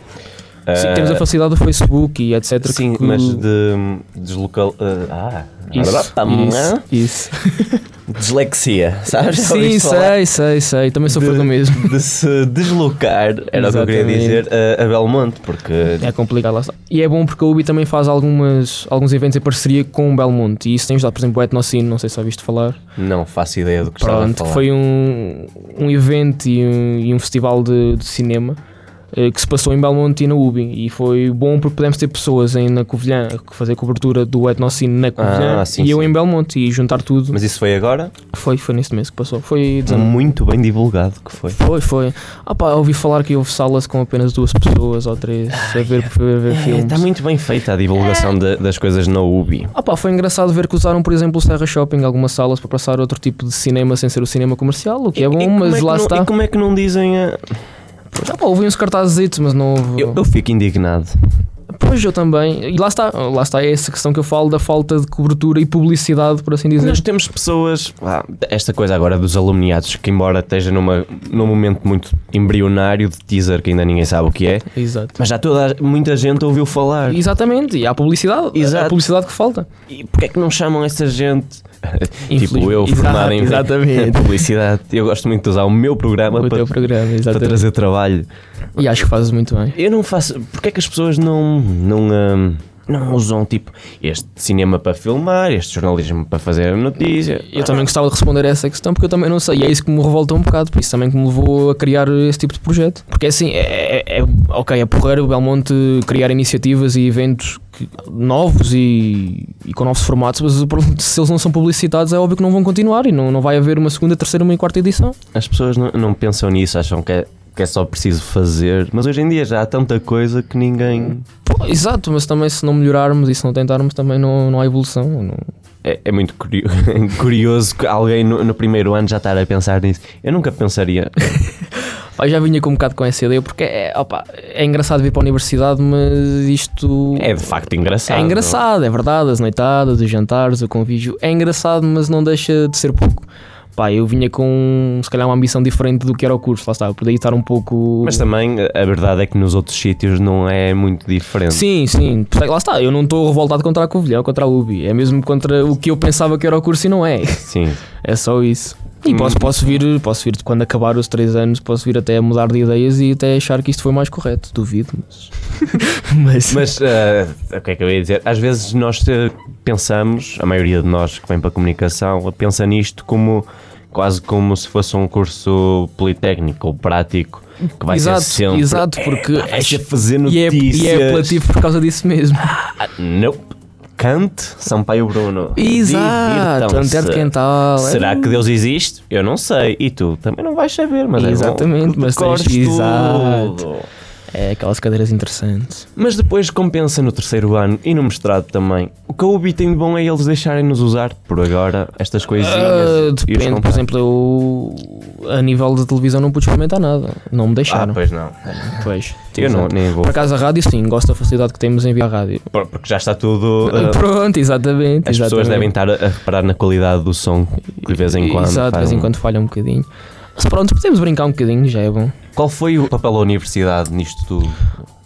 Sim,
eh,
temos a facilidade do Facebook e etc. que-
Sim,
que-
mas de deslocal. eh, ah,
Isso,
blá,
isso, isso.
Dislexia, sabes? né? Tá, Já
Sim,
ouviste falar?
sei, sei, sei. Também sofro
De-
do mesmo.
De se deslocar, era o que eu queria
Exatamente.
dizer, a, a Belmonte, porque.
É complicado lá está. E é bom porque a UBI também faz algumas, alguns eventos em parceria com o Belmonte. E isso tem ajudado, por exemplo, o Etnocino, não sei se já ouviste falar.
Não faço ideia do que estava a
Pronto,
falar.
foi um, um evento e um, e um festival de, de cinema eh, que se passou em Belmonte e na UBI e foi bom porque pudemos ter pessoas em, na Covilhã a fazer cobertura do Etnocine na Covilhã
Ah, sim,
e eu
sim.
em Belmonte e juntar tudo.
Mas Hum. isso foi agora?
Foi, foi nesse mês que passou. Foi 19.
Muito bem divulgado que foi.
Foi, foi. Ah pá, ouvi falar que houve salas com apenas duas pessoas ou três a
é.
ver, a ver filmes. É.
Está muito bem feita a divulgação da- das coisas na UBI.
Ah pá, foi engraçado ver que usaram, por exemplo, o Serra Shopping, algumas salas para passar outro tipo de cinema sem ser o cinema comercial, o que é bom,
E como
mas
que
lá
não-
está.
E como é que não dizem a.
Ah pá, ouvi uns cartazitos, mas não houve.
Eu, eu fico indignado.
Pois eu também. E lá está, lá está é essa questão que eu falo da falta de cobertura e publicidade, por assim dizer.
Nós temos pessoas. pá, esta coisa agora dos alumniados, que embora esteja numa, num momento muito embrionário de teaser que ainda ninguém sabe o que é,
Exato.
mas já toda, a- muita gente ouviu falar. E,
Exatamente, e há publicidade,
Exato.
Exato. a publicidade que falta.
porquê é que não chamam essa gente?
[laughs]
tipo
Infeliz-
eu,
Exato,
formado em
exatamente.
[laughs] publicidade. Eu gosto muito de usar o meu programa
O
para,
teu programa,
para
exatamente.
trazer trabalho.
E acho que fazes muito bem.
Eu não faço. Porquê é que as pessoas não. não hum, não usam tipo este cinema para filmar, este jornalismo para fazer notícia.
Eu também gostava de responder a essa questão porque eu também não sei, e é isso que me revolta um bocado, por isso também que me levou a criar esse tipo de projeto. Porque assim, é, é- é- ok, é porreiro o Belmonte criar iniciativas e eventos que- novos e, e com novos formatos, mas o problema é que se eles não são publicitados é óbvio que não vão continuar e não, não vai haver uma segunda, terceira, uma e quarta edição.
As pessoas não, não pensam nisso, acham que é, que é só preciso fazer, mas hoje em dia já há tanta coisa que ninguém.
Pô, exato, mas também se não melhorarmos e se não tentarmos também não, não há evolução. não-
É, é muito curio- [laughs] curioso que alguém no, no primeiro ano já estar a pensar nisso. Eu nunca pensaria.
Pá, já vinha com um bocado com essa ideia porque é, opa, é engraçado vir para a universidade, mas isto.
É de facto engraçado.
É engraçado, é verdade, as noitadas, os jantares, o convívio, é engraçado, mas não deixa de ser pouco. Pá, eu vinha com, se calhar, uma ambição diferente do que era o curso, lá está, eu podia estar um pouco...
é? Mas tá. também a verdade é que nos outros sítios não é muito diferente.
Sim, sim, por isso é que lá está, eu não estou revoltado contra a Covilhã ou contra a UBI, é mesmo contra o que eu pensava que era o curso e não é, [laughs]
Sim.
é só isso. E posso, posso vir, posso vir, quando acabar os três anos, posso vir até a mudar de ideias e até achar que isto foi mais correto, duvido, mas... [laughs] mas...
Mas ah, o que é que eu ia dizer? Às vezes nós eh, pensamos, a maioria de nós que vem para a comunicação, pensa nisto como quase como se fosse um curso politécnico ou prático que vai
exato,
ser sempre. É,
exato, porque...
Vai ser fazer
e é,
notícias.
e é apelativo por causa
[laughs]
disso mesmo.
Ah, nope. Cante Sampaio Bruno.
Exato,
Divirtam-se.
Antero de Quental. é?
Será que Deus existe? Eu não sei. E tu também não vais saber, mas é bom.
Exatamente,
que
mas tens-
decores
exato.
tudo.
É aquelas cadeiras interessantes.
Mas depois compensa no terceiro ano e no mestrado também. O que a UBI tem de bom é eles deixarem-nos usar, por agora, estas coisinhas. e
Ah,
os
depende, por
comprar.
exemplo, eu a nível de televisão não pude experimentar nada. Não me
Ah,
deixaram.
pois não.
pois.
Eu não, nem vou.
Por acaso a rádio sim, gosto da facilidade que temos em enviar a rádio.
Por- Porque já está tudo. ah,
[laughs] Pronto, exatamente.
as pessoas
exatamente.
devem estar a a reparar na qualidade do som que de vez em quando.
Exato, de vez em
fazem.
quando falha um bocadinho. Mas pronto, podemos brincar um bocadinho, já é bom.
Qual foi o papel da universidade nisto tudo?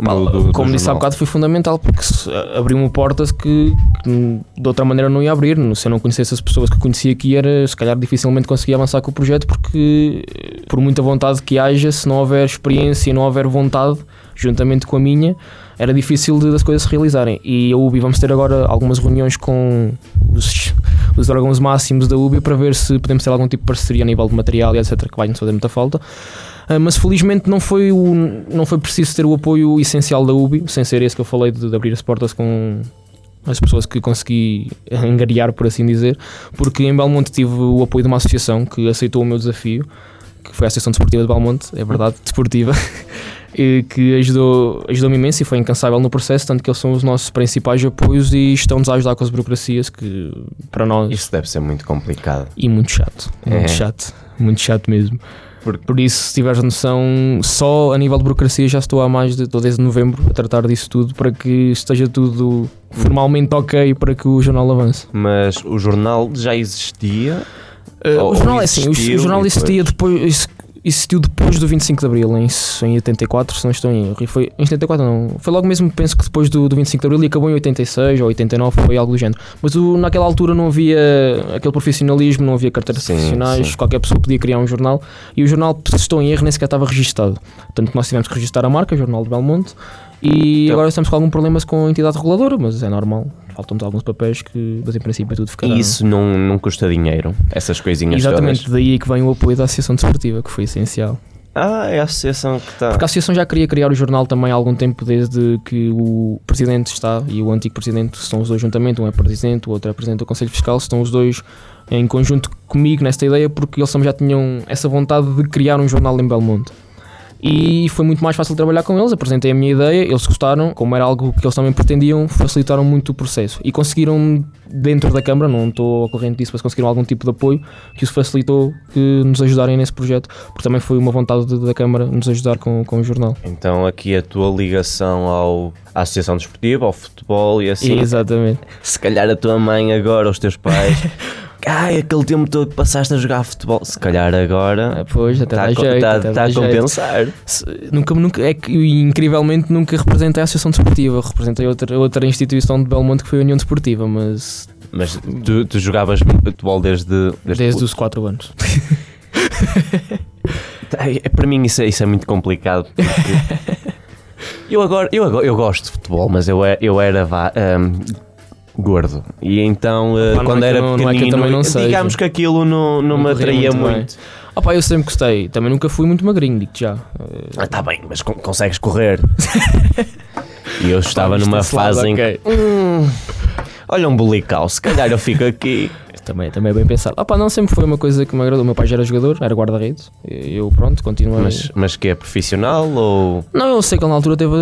No- do- do
Como disse há
jornal?
bocado, foi fundamental porque se- eh, abriu-me portas que, que n- de outra maneira não ia abrir. Se eu não conhecesse as pessoas que conhecia aqui, era, se calhar dificilmente conseguia avançar com o projeto porque, eh, por muita vontade que haja, se não houver experiência e não houver vontade, juntamente com a minha, era difícil de, das coisas se realizarem. E a UBI, vamos ter agora algumas reuniões com os, os órgãos máximos da UBI para ver se podemos ter algum tipo de parceria a nível de material e etc., que vai nos fazer muita falta. Ah, mas felizmente não foi, o, não foi preciso ter o apoio essencial da UBI, sem ser esse que eu falei de, de abrir as portas com as pessoas que consegui angariar, por assim dizer, porque em Belmonte tive o apoio de uma associação que aceitou o meu desafio, que foi a Associação Desportiva de Belmonte, é verdade, [laughs] desportiva, e que ajudou- ajudou-me imenso e foi incansável no processo, tanto que eles são os nossos principais apoios e estão-nos a ajudar com as burocracias, que para nós
Isso deve ser muito complicado.
e muito chato. Muito
É.
chato. Muito chato mesmo. Por,
Porque-
isso, se tiveres noção, só a nível de burocracia já estou há mais de estou desde novembro a tratar disso tudo para que esteja tudo formalmente ok para que o jornal avance.
Mas o jornal já existia.
Uh,
Ou-
o jornal
ou
é assim, o,
existiu
o jornal
e
existia depois. Existiu depois do 25 de Abril, em, em 84, se não estou em erro. E foi, em 74 não. Foi logo mesmo, penso que depois do, do 25 de Abril e acabou em 86 ou 89, foi algo do género. Mas o- naquela altura não havia aquele profissionalismo, não havia carteiras
Sim,
profissionais,
sim.
qualquer pessoa podia criar um jornal. E o jornal, se estou em erro, nem sequer estava registado. Portanto, nós tivemos que registrar a marca, Jornal de Belmonte. E
Então-
agora estamos com algum problemas com a entidade reguladora, mas é normal. Faltam-nos alguns papéis que, mas em princípio, tudo ficará.
E isso não, não custa dinheiro, essas coisinhas
Exatamente,
todas.
daí é que vem o apoio da Associação Desportiva, que foi essencial.
Ah, é a associação que está.
Porque a Associação já queria criar o jornal também há algum tempo, desde que o Presidente está e o antigo Presidente estão os dois juntamente, um é Presidente, o outro é Presidente do Conselho Fiscal, estão os dois em conjunto comigo nesta ideia, porque eles também já tinham essa vontade de criar um jornal em Belmonte. E foi muito mais fácil trabalhar com eles, apresentei a minha ideia, eles gostaram, como era algo que eles também pretendiam, facilitaram muito o processo. E conseguiram, dentro da Câmara, não estou ao corrente disso, mas conseguiram algum tipo de apoio que os facilitou que nos ajudarem nesse projeto, porque também foi uma vontade de- da Câmara nos ajudar com, com o jornal.
Então aqui a tua ligação ao, à associação desportiva, ao futebol e assim.
Exatamente.
Se calhar a tua mãe agora, os teus [laughs] pais. Ai, aquele tempo todo que passaste a jogar futebol. Se calhar agora.
Ah, pois, até
Está
dá
a, co-
jeito,
tá-
até
tá
dá
a
jeito.
compensar.
Se- Nunca, nunca, é que incrivelmente nunca representei a Associação Desportiva, representei outra, outra instituição de Belmonte que foi a União Desportiva, mas
Mas tu, tu jogavas futebol desde.
desde os 4 anos. [laughs]
Ai, é- Para mim isso é, isso é muito complicado. porque Eu agora, eu agora, eu gosto de futebol, mas eu, é- eu era vá, ahm, gordo. E então, eh,
Opa, não
quando
é que
era
eu não- não é que eu
pequenino,
também não seja.
digamos que aquilo não, não, me
corria
atraía muito.
bem. Ah pá, eu sempre gostei. Também nunca fui muito magrinho, digo já.
Ah, tá bem, mas con- consegues
[laughs]
correr. e eu estava
Ah, Isto
numa
desse lado,
fase em que, hum,
ok.
olha um bulical, se calhar eu fico
[laughs]
aqui.
Também, também é bem pensado. Ah pá, não sempre foi uma coisa que me agradou. O meu pai já era jogador, era guarda-redes. Eu, pronto, continuei.
mas, mas que é profissional ou...
Não, eu sei que ele na altura teve,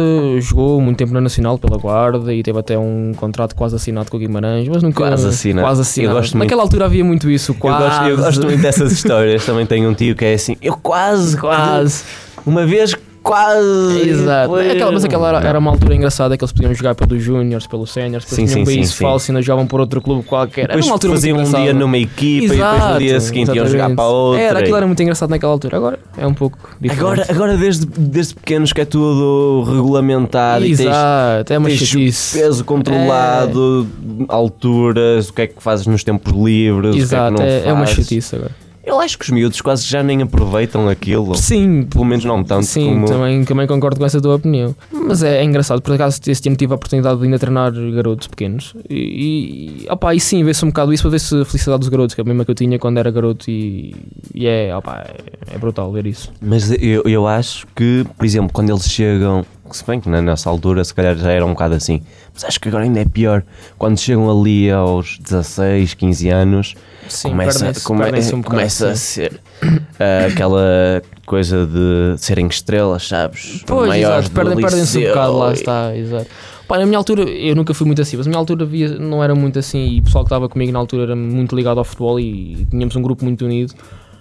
jogou muito tempo na Nacional pela Guarda e teve até um contrato quase assinado com o Guimarães, mas nunca.
Quase assinado.
Quase
Eu
assinado.
gosto muito-
Naquela altura havia muito isso,
Eu
quase.
gosto, eu gosto muito dessas histórias. Também tenho um tio que é assim, eu quase, quase,
Quase.
uma vez quase.
Exato.
Foi-
Aquela- mas aquela era,
Não.
era uma altura engraçada que eles podiam jogar pelos Júniors, pelos Séniors, depois
Sim,
tinham um
sim,
país
sim, sim.
falso e ainda jogavam por outro clube qualquer. Era
Depois
uma altura muito
faziam um dia
engraçada.
numa equipa e depois no dia
Exato,
seguinte iam jogar
exatamente.
para outra.
Era,
e-
aquilo era muito engraçado naquela altura. Agora é um pouco diferente.
Agora, agora desde, desde pequenos que é tudo regulamentado ah, e
Exato, é uma
tens, tens
chatice. É.
peso controlado, alturas, o que é que fazes nos tempos livres, o
Exato,
que é que não
é, é uma
fazes.
chatice agora.
Eu acho que os miúdos quase já nem aproveitam aquilo.
Sim,
Pelo menos não tanto
Sim,
como...
também, também concordo com essa tua opinião. Mas é, é engraçado, por acaso este ano tive a oportunidade de ainda treinar garotos pequenos e, e, opá, e sim, vê-se um bocado isso para ver se a felicidade dos garotos, que é a mesma que eu tinha quando era garoto e, e é, opá, é, é brutal ver isso.
Mas eu, eu acho que, por exemplo, quando eles chegam, se bem que na nossa altura se calhar já era um bocado assim, mas acho que agora ainda é pior. Quando chegam ali aos 16, 15 anos,
Sim,
começa,
perdem-se-
come- eh,
perdem-se um bocado,
começa a
sim.
ser ah, aquela coisa de serem estrelas, sabes?
Pois,
Maiores do
exato, perdem- perdem-se um
liceu
bocado, lá
e-
está, exato. Pá, na minha altura, eu nunca fui muito assim, mas na minha altura havia, não era muito assim e o pessoal que estava comigo na altura era muito ligado ao futebol e tínhamos um grupo muito unido.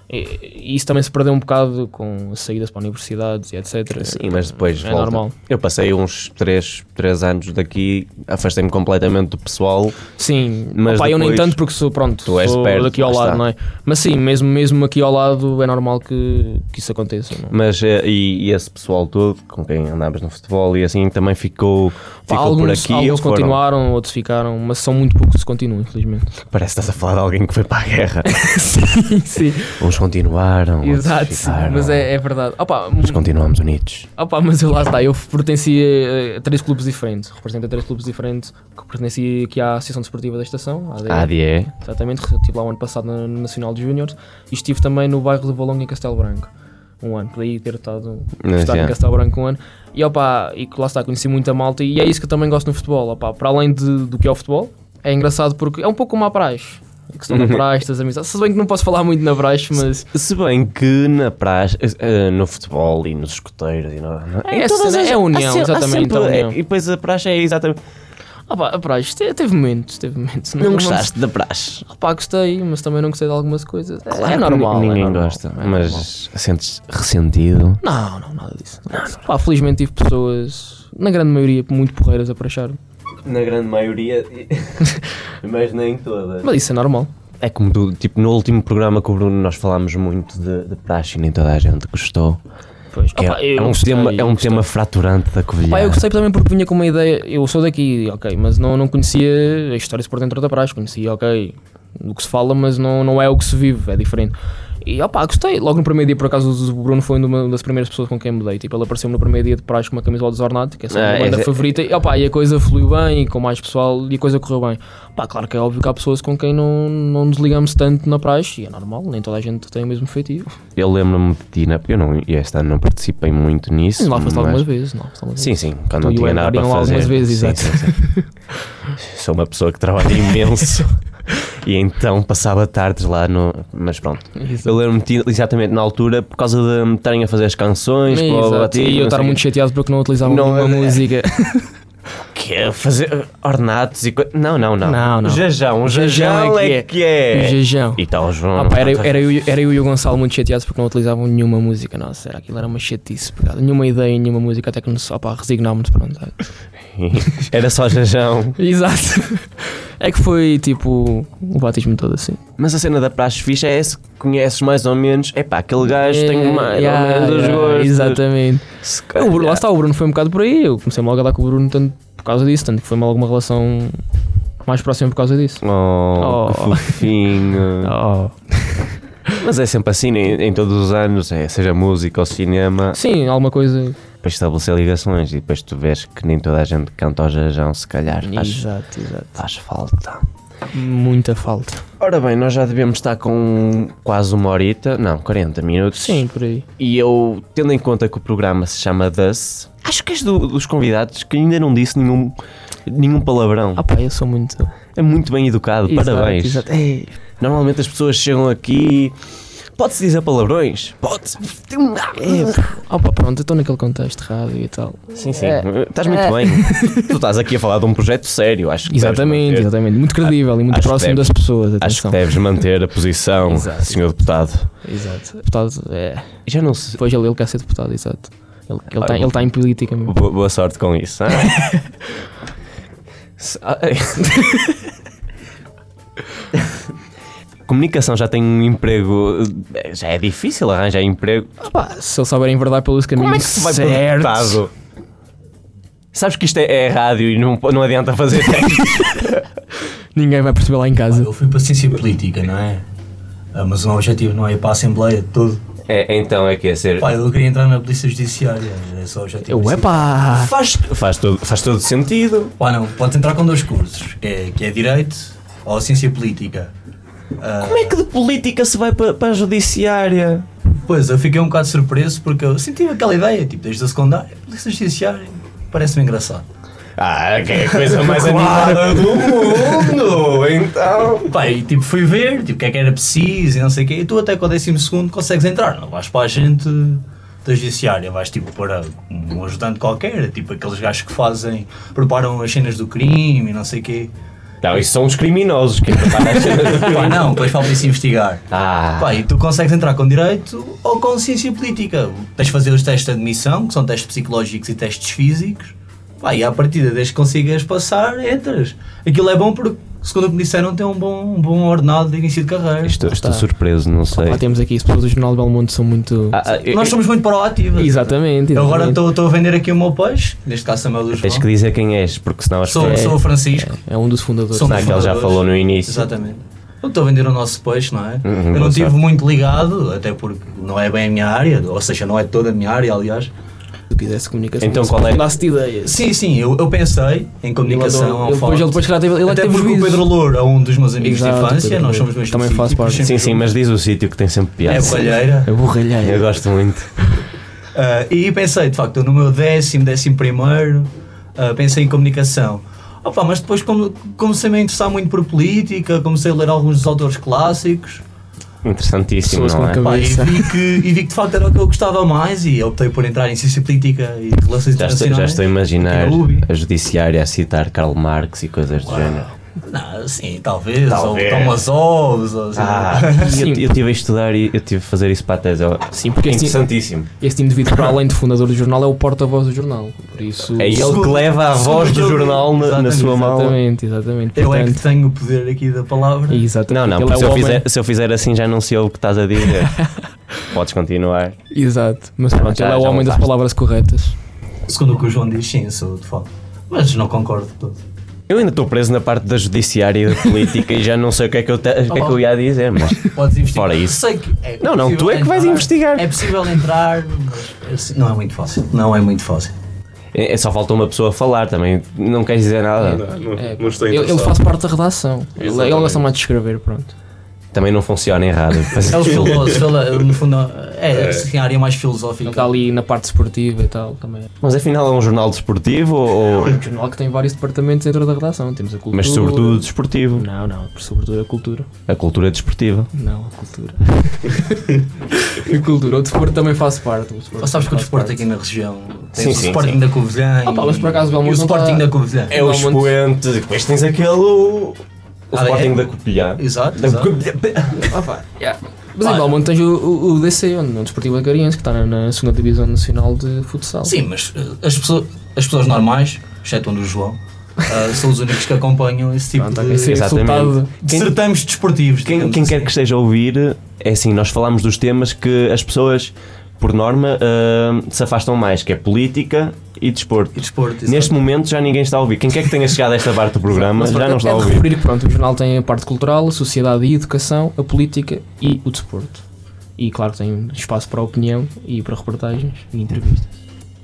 E, e isso também se perdeu um bocado com as saídas para universidades e etc.
Sim, assim, mas depois
É
volta.
normal.
Eu passei uns 3, 3 anos daqui, afastei-me completamente do pessoal.
Sim,
Mas
mas eu nem
depois-
tanto porque sou, pronto,
Tu és
sou
perto,
daqui ao
lá
lado,
está.
não é? Mas sim, mesmo, mesmo aqui ao lado é normal que, que isso aconteça, não é?
Mas eh, e, e esse pessoal todo com quem andavas no futebol e assim também ficou,
Pá,
ficou por
alguns
aqui ou
alguns
foram?
continuaram, outros ficaram, mas são muito poucos que se continuam, infelizmente.
[laughs] Parece que estás a falar de alguém que foi para a
[laughs]
guerra.
sim, sim,
uns continuaram, outros
exato, sim,
ficaram,
mas é, é verdade. Opa,
mas continuamos unidos.
opa, mas eu lá está, eu pertencia eh, a três clubes diferentes, represento a três clubes diferentes, que pertencia aqui à Associação Desportiva da Estação, à ADE.
A ADE,
Exatamente, estive lá o ano passado na- no Nacional de Júniores e estive também no bairro de Valonga em Castelo Branco. Um ano, podia ter estado
Mas,
estar em
yeah.
Castelo Branco um ano. E opa, e que lá está, conheci muita malta e é isso que eu também gosto no futebol. Opa, para além de- do que é o futebol, é engraçado porque é um pouco como a praxe. A
[laughs]
questão da praxe, das amizades. Se bem que não posso falar muito na praxe, mas.
Se bem que na praxe, eh, eh, no futebol e nos escoteiros e no, no-
É
em
essa
todas
cena,
as-
é a união,
há se- há
exatamente,
sempre-
a união.
é, e depois a praxe é exatamente.
Opa, a praxe te- teve momentos, teve momentos.
Não gostaste da praxe?
Opa, gostei, mas também não gostei de algumas coisas. É-
Claro
é
que
normal.
Ninguém
é normal,
gosta,
é
mas
normal.
sentes ressentido.
Não, não, nada disso. nada disso. Pá, felizmente tive pessoas, na grande maioria, muito porreiras a prachar.
Na grande maioria, [laughs] mas nem todas.
Mas isso é normal.
É como tu, tipo, no último programa com o Bruno nós falámos muito de, de praxe e nem toda a gente gostou.
Pois,
Que é- é, um, tema, é um tema fraturante da Covilhã.
Pá, eu gostei também porque vinha com uma ideia. Eu sou daqui, ok, mas não, não conhecia a história de por dentro da praxe. Conhecia, ok, o que se fala, mas não, não é o que se vive, é diferente. E opá, gostei. Logo no primeiro dia, por acaso, o Bruno foi uma das primeiras pessoas com quem me dei. Tipo, ele apareceu no primeiro dia de praxe com uma camisola desornada, que é a
Ah,
minha banda
é-
favorita. E, opá, e a coisa fluiu bem, e com mais pessoal, e a coisa correu bem. Pá, claro que é óbvio que há pessoas com quem não, não nos ligamos tanto na praxe, e é normal, nem toda a gente tem o mesmo feitiço.
Eu lembro-me de ti, na, eu não, e este ano não participei muito nisso.
Lá foste
mas-
algumas vezes, não? foste algumas
Sim, sim, quando
Tu
não
e o
tinha nada
Eduardo
para
iam lá
fazer.
algumas vezes,
Sim,
exato.
sim, [laughs] sim. Sou uma pessoa que trabalha
[laughs]
imenso e então passava tardes lá no. Mas pronto.
vezes.
Eu lembro-me de ti exatamente na altura por causa de me estarem a fazer as canções. blá, blá, blá,
Exato.
ti,
E eu
não
estar
sei o
muito chateado porque não utilizava
Não,
nenhuma
é-
música.
Que é fazer ornatos e coisa. Não, não, não.
Não, não.
Um jajão, um jajão é que [laughs] é.
O [laughs] jejão.
E tal, João. tá
Ah, pá, era, eu- era, eu, era eu e o Gonçalo muito chateados porque não utilizavam nenhuma música. Nossa, era aquilo, era uma chatice. pegada. Nenhuma ideia, nenhuma música, até que nos opá, resignámos pronto. [laughs]
[laughs] Era só jajão.
Exato. É que foi tipo o batismo todo assim.
Mas a cena da praxe fixa é essa que conheces mais ou menos. É pá, aquele gajo tem mais
Eh, Yeah,
ou menos os
yeah,
gostos. É,
Exatamente.
Se
O Bruno- lá
calhar.
está, o Bruno foi um bocado por aí. Eu comecei logo a dar com o Bruno tanto por causa disso, tanto que foi mal alguma relação mais próxima por causa disso.
Oh, que
Oh. [laughs]
fofinho.
Oh.
né? Mas é sempre assim em, em todos os anos, é, seja música ou cinema.
Sim, alguma coisa
para estabelecer ligações e depois tu vês que nem toda a gente canta ao jajão, se calhar faz,
Exato, exato.
faz falta.
Muita falta.
Ora bem, nós já devemos estar com quase uma horita, não, 40 minutos.
Sim, por aí.
E eu, tendo em conta que o programa se chama Thus, acho que és do- dos convidados que ainda não disse nenhum, nenhum palavrão.
Ah pá, eu sou muito.
É muito bem educado, parabéns.
Exato, É, exato. Ei,
Normalmente as pessoas chegam aqui. Pode-se dizer palavrões? Pode-se. Tem um- Ah,
é, pá. Ah pá, pronto, eu estou naquele contexto rádio e tal.
Sim, sim.
É.
Estás muito
É.
bem. tu estás aqui a falar de um projeto sério, acho que. deves
Exatamente,
manter-
exatamente. Muito credível e muito
acho que
próximo
deves.
das pessoas.
Acho que
Atenção.
deves manter a posição,
Exato.
senhor deputado.
Exato. Deputado, é.
Já não sei.
Depois ele, ele quer ser deputado, exato. Ele está ele
Ah,
tá,
eu-
ele tá em política mesmo.
Boa, boa sorte com isso. [laughs] ah. Se- ah, é. Comunicação já tem um emprego. eh, Já é difícil arranjar emprego.
Ah pá, se eles souberem verdade pelos caminhos
Como é que se vai para
certos,
deputado? Sabes que isto é, é rádio e não, po- não adianta [laughs] fazer testes.
ninguém vai perceber lá em casa.
Eu fui para a ciência política, não é? Ah, Mas o meu objetivo não é ir para a Assembleia de todo.
é, então é que é ser.
Pá, eu queria entrar na Polícia Judiciária. É só o objetivo.
Eu,
principal.
epá!
Faz, faz, todo, faz todo sentido.
Pá, não, podes entrar com dois cursos, que é, que é Direito ou Ciência Política. Ah,
Como é que de política se vai para, para a judiciária?
Pois, eu fiquei um bocado surpreso porque eu senti aquela ideia, tipo, desde a secundária, Polícia Judiciária, parece-me engraçado.
Ah, que é a coisa [laughs] mais animada
Claro.
do mundo! Então.
Pá, e tipo, fui ver, tipo, o que é que era preciso e não sei o quê, e tu até com o décimo segundo consegues entrar, não vais para a gente da judiciária, vais tipo para um ajudante qualquer, tipo aqueles gajos que fazem, preparam as cenas do crime e não sei
[laughs]
o quê.
Não, isso são os criminosos que é preparam as cenas [laughs] do
Pá,
crime.
não, depois falta-se investigar.
Ah,
Pá, e tu consegues entrar com direito ou com ciência política. Tens de fazer os testes de admissão, que são testes psicológicos e testes físicos. Pá, e à partida, desde que consigas passar, entras. Aquilo é bom porque, segundo o que me disseram, tem um bom, um bom ordenado de início de carreira.
estou, estou
Tá.
surpreso, não sei.
Lá temos aqui, as pessoas do Jornal de Belmonte são muito.
Ah, ah, eu-
Nós somos muito proativos.
Exatamente,
Eu agora
exatamente.
estou estou a vender aqui o meu peixe, neste caso Samuel dos
Tens que
João.
dizer quem és, porque senão as
Sou,
pessoas.
sou o Francisco.
ah.
É um dos fundadores.
Sou um
Não, que ele já falou no início.
Exatamente. Eu estou a vender o nosso peixe, não é?
Uhum,
eu
boa
não estive
sorte.
muito ligado, até porque não é bem a minha área, ou seja, não é toda a minha área, aliás.
Se quisesse comunicação,
Então
se
qual é?
fundasse-te ideias.
Sim, sim, eu, eu pensei em
Ele
comunicação
adora-
ao
ele depois-
forte.
ele depois, claro, teve- ele é que
Até
teve
porque o
juízo.
Pedro Louro é um dos meus amigos
Exato,
de infância,
Pedro Louro.
nós somos meus
Também faço parte.
Sim, sim, mas diz o sítio que tem sempre piada.
É palheira.
É borralheiro.
Eu gosto muito.
Ah, e pensei, de facto, eu no meu décimo, décimo primeiro, ah, pensei em comunicação. Opa, mas depois come- comecei -me a interessar muito por política, comecei a ler alguns dos autores clássicos
Interessantíssimo,
Pessoas que
não é?
nunca
Pá, e,
Cabeça.
vi que, e vi que de facto era o que eu gostava mais e optei por entrar em ciência política e relações
Já estou, já
assim, é?
internacionais.
estou a imaginar
Aqui na UBI.
a judiciária a citar Karl Marx e coisas do género.
Não, sim, talvez,
Talvez.
ou Thomas Hobbes, ou assim.
Ah, eu,
Sim.
eu tive a estudar e eu tive a fazer isso para a tese. Eu-
Sim, porque
é
este-
interessantíssimo.
Este indivíduo, para além de fundador do jornal, é o porta-voz do jornal. Por isso.
É ele que
Segundo-
leva a
segundo
voz do
aquilo-
jornal na, na
Exatamente,
sua mão.
Exatamente, exatamente.
Eu é que
Portanto,
tenho o poder aqui da palavra.
Exatamente.
Não, não,
Ele
porque se
é o
eu,
homem-
fizer, se eu fizer assim já não sei o que estás a
[laughs]
dizer. Podes continuar.
Exato. Mas pronto,
Já-
ele é o
já
homem das
voltaste.
palavras corretas.
Segundo o que o João diz, sim, sou de facto. Mas não concordo de todo.
Eu ainda estou preso na parte da judiciária e da política e já não sei o que é que eu, te- o que é que eu ia a dizer, mas.
Podes investigar.
Fora isso.
Sei que é
Não, não, tu é que
possível
vais
entrar,
investigar.
É possível entrar, mas assim, não é muito fácil. Não é muito fácil.
É, é só falta uma pessoa falar também. Não queres dizer nada.
Não, não,
É,
não estou
ele, ele
interessado.
faz parte da redação. Ele, ele
Exatamente.
gosta mais de escrever, pronto.
Também não funciona errado.
É o filósofo, ele, no fundo, é, é. a área mais
Ele
filosófica.
está ali na parte esportiva e tal também.
Mas afinal é um jornal desportivo ou.
É
Um jornal que tem vários departamentos dentro da redação. Temos a cultura.
Mas sobretudo desportivo.
Não, não, sobretudo a cultura.
A cultura desportiva.
Não, a cultura. [laughs] a cultura. O desporto também faz parte. O desporto
Ou sabes que o
faz
desporto
parte.
aqui na região tem
Sim,
o
sim,
Sporting
sim.
da Covilhã
Ah, pá, mas por acaso o
e o
Belmonte não tá-
Sporting da Covilhã.
É o
Dá um
expoente. Depois tens aquele. O
Ah,
Sporting
é?
da Copilhã.
Exato,
Da
exato.
Copilhã.
Ah, pá, yeah. Mas em Belmonte tens o, o, o DC, onde- o Desportivo Lacariense, que está na, na segunda Divisão Nacional de Futsal.
Sim, mas eh, as pessoas, as pessoas normais, exceto onde o João, ah, são os únicos que acompanham esse tipo
Pronto, ok,
de,
sim, é
Exatamente.
insultado.
de certames desportivos.
Quem,
digamos
quem quer
assim.
que esteja a ouvir, é assim, nós falamos dos temas que as pessoas, por norma, ah, se afastam mais, que é política e desporto.
E desporto, exato.
Neste momento já ninguém está a ouvir. Quem quer que tenha chegado a esta parte do programa
Mas
já não está
é
a
de
ouvir.
referir que pronto, o jornal tem a parte cultural, a sociedade e a educação, a política e o desporto. E claro, tem espaço para opinião e para reportagens e entrevistas.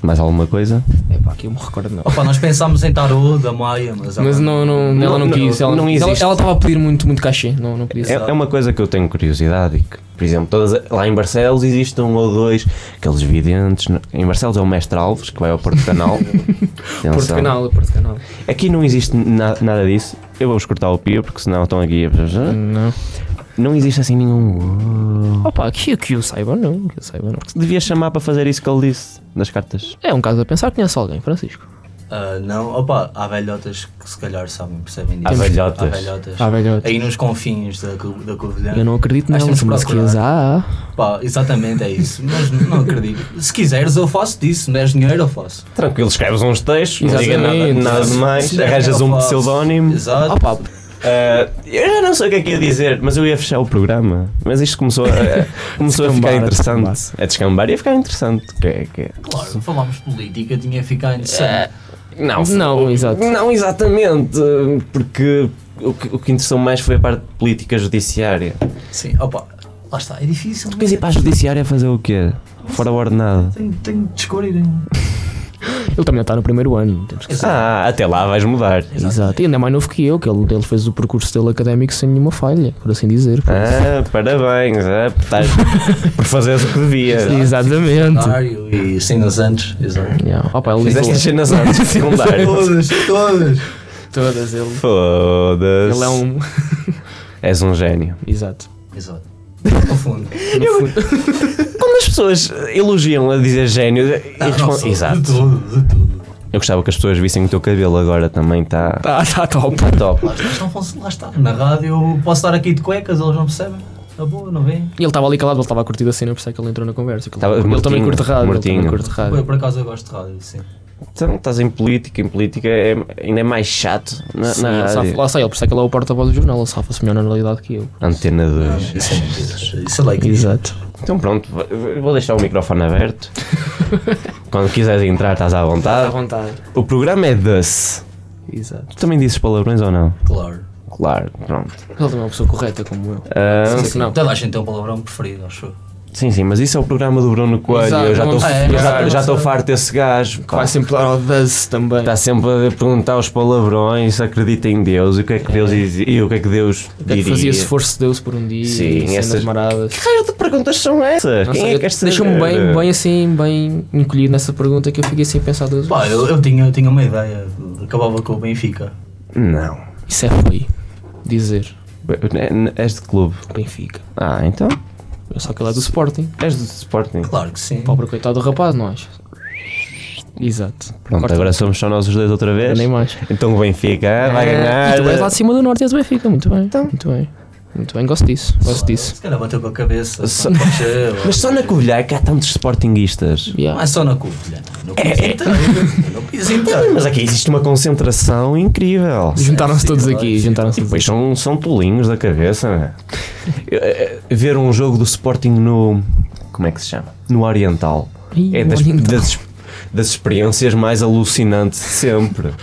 Mais alguma coisa?
Epá, aqui eu me recordo não.
Opa, nós pensámos em tarô da Maia, mas,
Mas
opa,
não, não,
Não,
ela não,
não,
quis. Ela
não
ela-
existe.
ela estava a pedir muito, muito cachê. Não, não
É,
queria ser.
é uma coisa que eu tenho curiosidade e que, por exemplo, todas, a- lá em Barcelos existem um ou dois aqueles videntes. no- Em Barcelos é o Mestre Alves, que vai ao Porto [laughs] Canal. Atenção.
Porto Canal, é Porto Canal.
Aqui não existe na- nada disso. Eu vou-vos cortar o pio, porque senão estão aqui a...
Não.
Não existe assim nenhum...
Opa, que, que eu saiba não, que eu saiba não.
Devia chamar para fazer isso que ele disse, das cartas.
É um caso a pensar, conhece alguém, Francisco.
ah, não, opa, há velhotas que se calhar sabem, percebem disso.
Há velhotas.
Há velhotas.
Ah,
Há velhotas.
Aí nos confins da, Co- da Covilhã.
Eu não acredito
Nós
nelas,
temos
mas
que
que as há.
Pá, exatamente, é isso. Mas não acredito. Se quiseres, eu faço disso. Se me deres dinheiro, eu faço.
Tranquilo, escreves uns textos, não diga nada,
Exatamente.
nada
Se
demais,
me deres
arranjas
dinheiro,
um
eu faço.
pseudónimo.
Exato.
Opa,
Ah, eu já não sei o que é que ia dizer, mas eu ia fechar o programa. Mas isto começou a, eh, [laughs] começou a ficar
Descambar, a
interessante. A descambar ia ficar interessante. Que, é- que... é-
Claro, falámos política, tinha que ficar
É.
interessante.
eh, Não,
Não, exato.
Não exatamente, porque o que, o que interessou mais foi a parte de política judiciária.
Sim, opa, lá está, é difícil. mas
Depois ir para a judiciária fazer o quê? Fora o ordenado.
Tenho, tenho de um. descobrir.
ele também está no primeiro ano. temos que-
Ah, até lá vais mudar.
Exato. E ainda é mais novo que eu, que ele, ele fez o percurso dele académico sem nenhuma falha, por assim dizer.
Ah, parabéns, ah, [laughs] estás por fazeres o que devias.
Exatamente.
Dário e cenas antes, exato.
Yeah. Opa, ele
Ah. Fizeste as
disse
cenas antes [laughs] de secundário.
Todas, todas.
todas, ele,
Foda-se.
ele é um.
És um gênio.
Exato.
Exato. No [laughs] fundo.
No
[laughs]
fundo,
Quando as pessoas elogiam a dizer gênio, e
Não,
respondem-
não sou. Ah, De
Exato.
tudo, de tudo.
Eu gostava que as pessoas vissem o teu cabelo agora também, está
tá, tá top.
top.
Lá está, mas não fosse- lá está. Na rádio eu posso estar aqui de cuecas, eles não percebem. Na boa, não vêm.
E ele estava ali calado, ele estava a curtir a cena, por isso é que ele entrou na conversa. que ele-
Tava
ele
mortinho,
também curte rádio. Ele também
mortinho.
curte rádio.
Eu por acaso eu gosto de rádio, sim.
Então estás em política, em política é, ainda é mais chato na,
Sim,
na
ele safa-
rádio.
lá sai, ele por isso é que ele é o porta-voz do jornal, ele safa-se melhor na realidade que eu.
Antena 2.
Isso é mentira. Isso é like.
Exato.
Então pronto, v- vou deixar o microfone aberto. Quando quiseres entrar, estás Tá à vontade.
vontade.
O programa é Dance.
Exato.
Tu também dizes palavrões ou não?
Claro.
Claro, pronto.
Ele também é uma pessoa correta como eu.
Ah,
Sim, sim. Não.
Toda a gente tem um palavrão preferido, acho eu.
sim, sim, mas isso é o programa do Bruno Coelho.
Exato,
eu já
não
estou
é,
eu já- já
não sei.
estou farto desse gajo. pá. Tá,
Vai sempre dar ao Duzz também. Tá
Está sempre a perguntar os palavrões, se acredita em Deus e o que é que Deus dizia e o que é que Deus
O que é que
diria.
fazia se fosse Deus por um dia?
Sim,
cenas
essas-
maradas.
Que raio de perguntas são essas?
Não
Quem
sei,
é
eu-
que quer saber?
Deixou-me bem, bem assim, bem encolhido nessa pergunta que eu fiquei sem pensar duas
Pá,
vezes.
eu, eu, tinha, eu tinha uma ideia. Acabava com o Benfica.
Não.
Isso é feio. Dizer
É- És de clube.
Benfica.
Ah, então?
Eu só que ele é do Sporting.
És do Sporting.
Claro que sim.
Pobre coitado do rapaz, não achas? Exato.
Pronto,
Corta.
agora somos só nós os dois outra vez.
Nem mais.
Então o Benfica ah, vai
E tu és lá
ganhar.
de cima do Norte e és do Benfica. Muito bem. Muito bem. Muito bem, gosto disso. Gosto disso.
Se calhar bateu com a cabeça.
Só-
aconteceu.
Mas só na Covilhã é que há tantos Sportinguistas.
Não
Yeah.
é só na Covilhã. No país inteiro. No país inteiro.
Mas é aqui existe uma concentração incrível.
Juntaram-se
Sim,
todos
verdade.
aqui. Juntaram-se todos
Pois são, são tolinhos da cabeça, né? Eu, eh, Ver um jogo do Sporting no. Como é que se chama? No Oriental.
Ih,
é das,
Oriental.
Das, das experiências mais alucinantes de sempre. [laughs]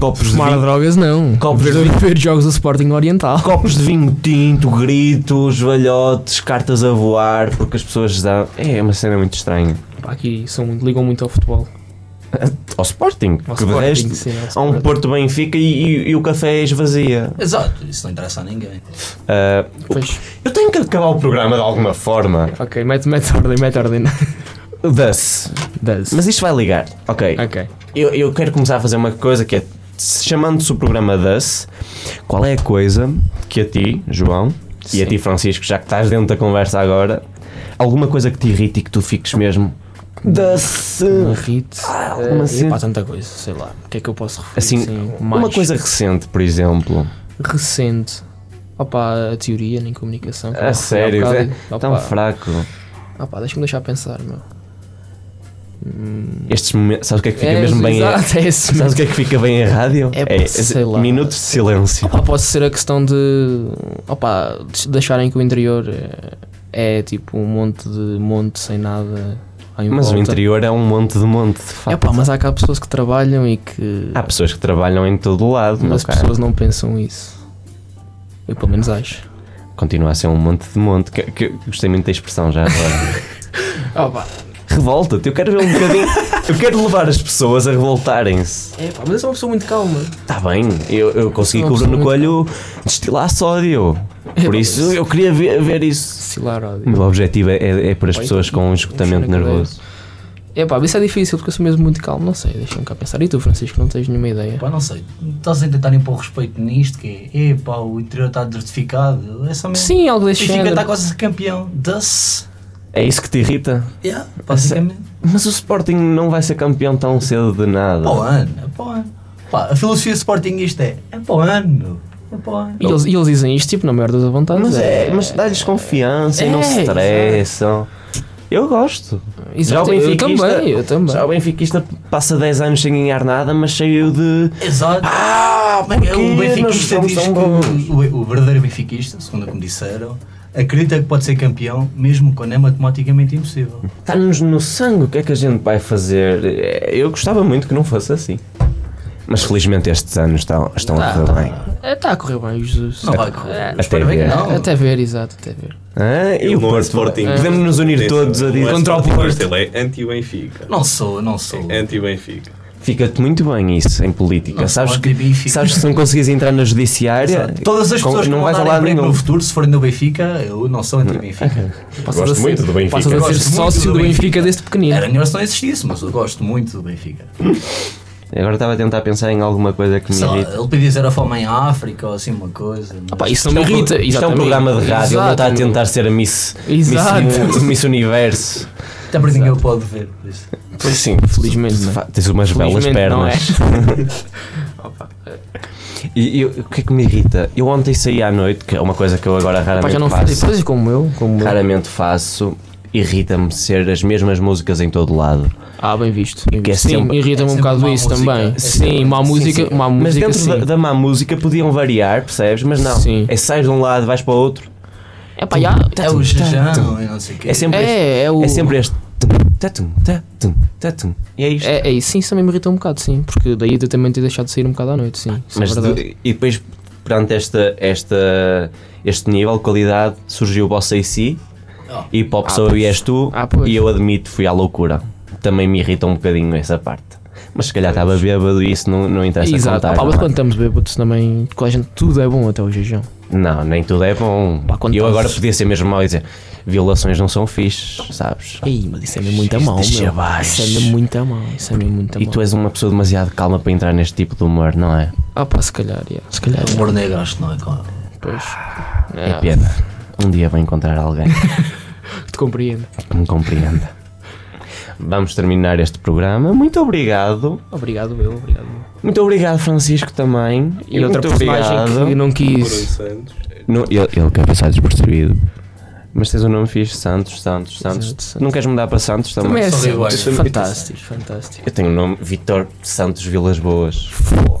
Copos de,
Fumar
vinho,
drogas não.
Copos
ver,
de-
ver jogos do Sporting Oriental.
copos de vinho tinto, gritos, velhotes, cartas a voar, porque as pessoas dão. É uma cena muito estranha. [laughs]
Pá, aqui são, muito- ligam muito ao futebol.
Ao Sporting,
Ao
que
Sporting,
resto,
sim, ao
há um
Sporting.
Porto Benfica e, e- e o café é esvazia.
Exato, isso não interessa a ninguém.
Ah,
Pois.
eu tenho que acabar o programa de alguma forma.
Ok, mete, mete ordem, mete ordem.
Dá-se.
[laughs] Does.
Mas isto vai ligar. Ok.
Ok.
Eu, eu quero começar a fazer uma coisa que é se- chamando-se o programa DUS, qual é a coisa que a ti, João, e a ti, Francisco, já que estás dentro da conversa agora, alguma coisa que te irrite e que tu fiques mesmo DUS?
Um hit.
alguma
eh,
cena.
epá, tanta coisa, sei lá. O que é que eu posso referir?
Assim, uma
mais
coisa recente, por exemplo.
recente. Opa, a teoria nem comunicação. que eu
A
referi
sério,
há bocado.
é
Opa,
tão fraco.
opa, deixa-me deixar pensar, meu.
Estes momentos, sabes o que é que fica mesmo bem?
Exato, Hum, é esse
[laughs] Sabes
mesmo.
o que é que fica bem em rádio?
É, sei lá.
Minutos de silêncio.
Opa, pode ser a questão de. Opa, de- deixarem que o interior eh, é, tipo um monte de monte sem nada. em
Mas o
volta.
interior é um monte de monte, de
É
facto.
pá, mas há cá pessoas que trabalham e que.
Há pessoas que trabalham em todo o lado, meu
Mas as
caro.
pessoas não pensam isso. Eu pelo menos acho. Ah,
Continua a ser um monte de monte. Que, que- gostei muito da expressão já agora.
Opa,
[laughs] revolta-te. Eu quero ver um bocadinho. eu quero levar as pessoas a revoltarem-se.
É pá, mas eu sou uma pessoa muito calma.
Está bem, eu, eu consegui
Não,
que o Bruno
absolutamente.
Coelho destilar sódio. Por
pá,
isso
isso-
eu queria ver, ver isso.
Silar
O
ódio.
meu objetivo é, é, é para as
Bem,
pessoas com um
vamos
esgotamento
ver na cadeia.
nervoso.
É pá, isso é difícil porque eu sou mesmo muito calmo. Não sei, deixa-me cá pensar. E tu, Francisco, não tens nenhuma ideia?
Pá, não sei, estás a tentar impor respeito nisto, que é, epá, o interior está desertificado, é só mesmo.
Sim, algo
E
desse
fica
género.
está quase campeão. Das.
É isso que te irrita?
Yeah, basicamente.
Mas o Sporting não vai ser campeão tão cedo de nada.
Para o ano, é para o ano. Pá, a filosofia sportinguista é, é para o ano, meu. É para o ano.
E eles, e eles dizem isto, tipo, na maior das vontades.
Mas, é, mas dá-lhes confiança e não
É,
se estressam. Eu gosto.
Exato,
Já o
eu
benfiquista-
também, eu também.
Já o benfiquista passa 10 anos sem ganhar nada, mas cheio de.
Exato.
Ah,
Como é que é?
porquê?
o benfiquista
Nós somos
diz que
tão bons.
o, o verdadeiro benfiquista, segundo como disseram, acredita que pode ser campeão mesmo quando é matematicamente impossível.
Está-nos no sangue, o que é que a gente vai fazer? É, Eu gostava muito que não fosse assim. Mas felizmente estes anos estão, estão
Ah,
a
tá.
correr bem.
Está a correr bem, Jesus.
Não vai correr.
Até
Espero bem que
ver.
não.
É, Até ver, exato, até ver.
Hã? E
Ele
o
não é
Porto?
Sporting.
Podemos nos unir
Atenção,
todos a
não
dizer
é
contra o
Sportingista,
Porto.
Ele é anti-Benfica.
Não sou, não sou.
É
Anti-Benfica.
Fica-te muito bem isso em política.
Não,
sabes,
só
que,
anti-Benfica.
sabes que se não conseguires entrar na judiciária,
Exato. É, Todas as
com-
pessoas
não
que vão
vais a
dar
lado
emprego
nenhum.
no futuro, se forem do Benfica, eu não sou anti-Benfica.
Gosto muito do Benfica.
Passas a
Gosto
ser
muito
sócio
do
do
Benfica.
Benfica desde pequenino.
Era melhor se não existisse, mas eu gosto muito do Benfica.
Agora estava a tentar pensar em alguma coisa que me
Sei lá,
irrita.
ele podia dizer a fome em África ou assim uma coisa. mas-
Ah pá, isso não me
Isto é um pro- Isto
irrita.
é um
exatamente.
programa de rádio, ele não está a
Exato.
tentar ser a Miss,
Exato.
Miss, Miss Universo.
Até porque ninguém o pode ver. por isso.
Pois sim,
felizmente não. é?
fa- Tens umas belas
Felizmente não é.
pernas. E eu- o que é que me irrita? Eu ontem saí à noite, que é uma coisa que eu agora
Pá,
raramente
já não faço.
faço.
Depois como eu, como eu.
Raramente faço. Irrita-me ser as mesmas músicas em todo lado.
Ah, bem visto. bem
Que é
visto. Sim,
sempre-
irrita-me
é
um
sempre
bocado
má
isso
música.
também.
É
Sim,
sempre-
má
sim,
música,
sim.
má
Mas
música,
dentro da,
sim.
da má música podiam variar, percebes? Mas não.
Sim.
É sair de um lado, vais para o outro.
É pá, já.
É o Jejão e não sei o quê.
É sempre
É, é
este.
o.
É sempre este. Tatum, tatum, tatum. E é isto.
É, é isso, sim, isso também me irrita um bocado, sim. Porque daí de também ter deixado de sair um bocado à noite, sim. Isso
Mas
é
de-
verdade.
e depois, perante esta, esta, este nível de qualidade, surgiu o Bossa e Si,
Ah.
e Pop Sou Eu e És Tu,
Ah, pois.
e eu admito, fui à loucura. Também me irrita um bocadinho essa parte. Mas se calhar estava bêbado e isso não, não interessa
Exato.
contar.
Ah, pá,
não,
mas
é?
quando estamos bêbados também, com a gente tudo é bom até o jejum.
Não, nem tudo é bom.
Pá, quando
eu
estás-
agora podia ser mesmo mau e dizer, violações não são fixes, sabes?
Ei, mas isso é mesmo muito a mal, meu. Isso
Deixa
é
abaixo.
mesmo muito a mal, isso é mesmo muito a
E
mal.
tu és uma pessoa demasiado calma para entrar neste tipo de humor, não é?
Ah pá, se calhar, yeah. se calhar,
O humor negro acho que não é claro.
depois.
É pena. Um dia vou encontrar alguém.
Te compreendo.
que me compreenda. Vamos terminar este programa. Muito obrigado.
Obrigado, eu, obrigado.
Muito obrigado, Francisco, também.
E outra
Muito
personagem que não
Bruno
quis.
Santos.
Não, ele, ele quer passar despercebido. Mas tens um nome fixe, Santos, Santos, Santos.
Exato, Santos.
Não queres mudar para Santos também?
Também é
Só
assim,
iguais.
fantástico, fantástico.
Eu tenho o nome Vitor Santos Vilas Boas.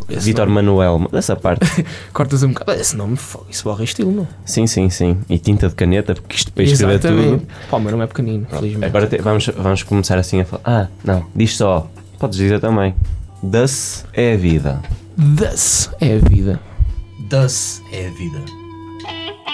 Vitor Manuel, dessa
[laughs]
parte.
Cortas um bocado. Esse nome, fogo, isso borra estilo, não?
sim, sim, sim. E tinta de caneta, porque isto para escrever tudo.
Pá, mas não é pequenino, felizmente.
Agora te- vamos, vamos começar assim a falar. Ah, não, diz só. Podes dizer também. Das é a vida.
This é a vida.
Das é a vida.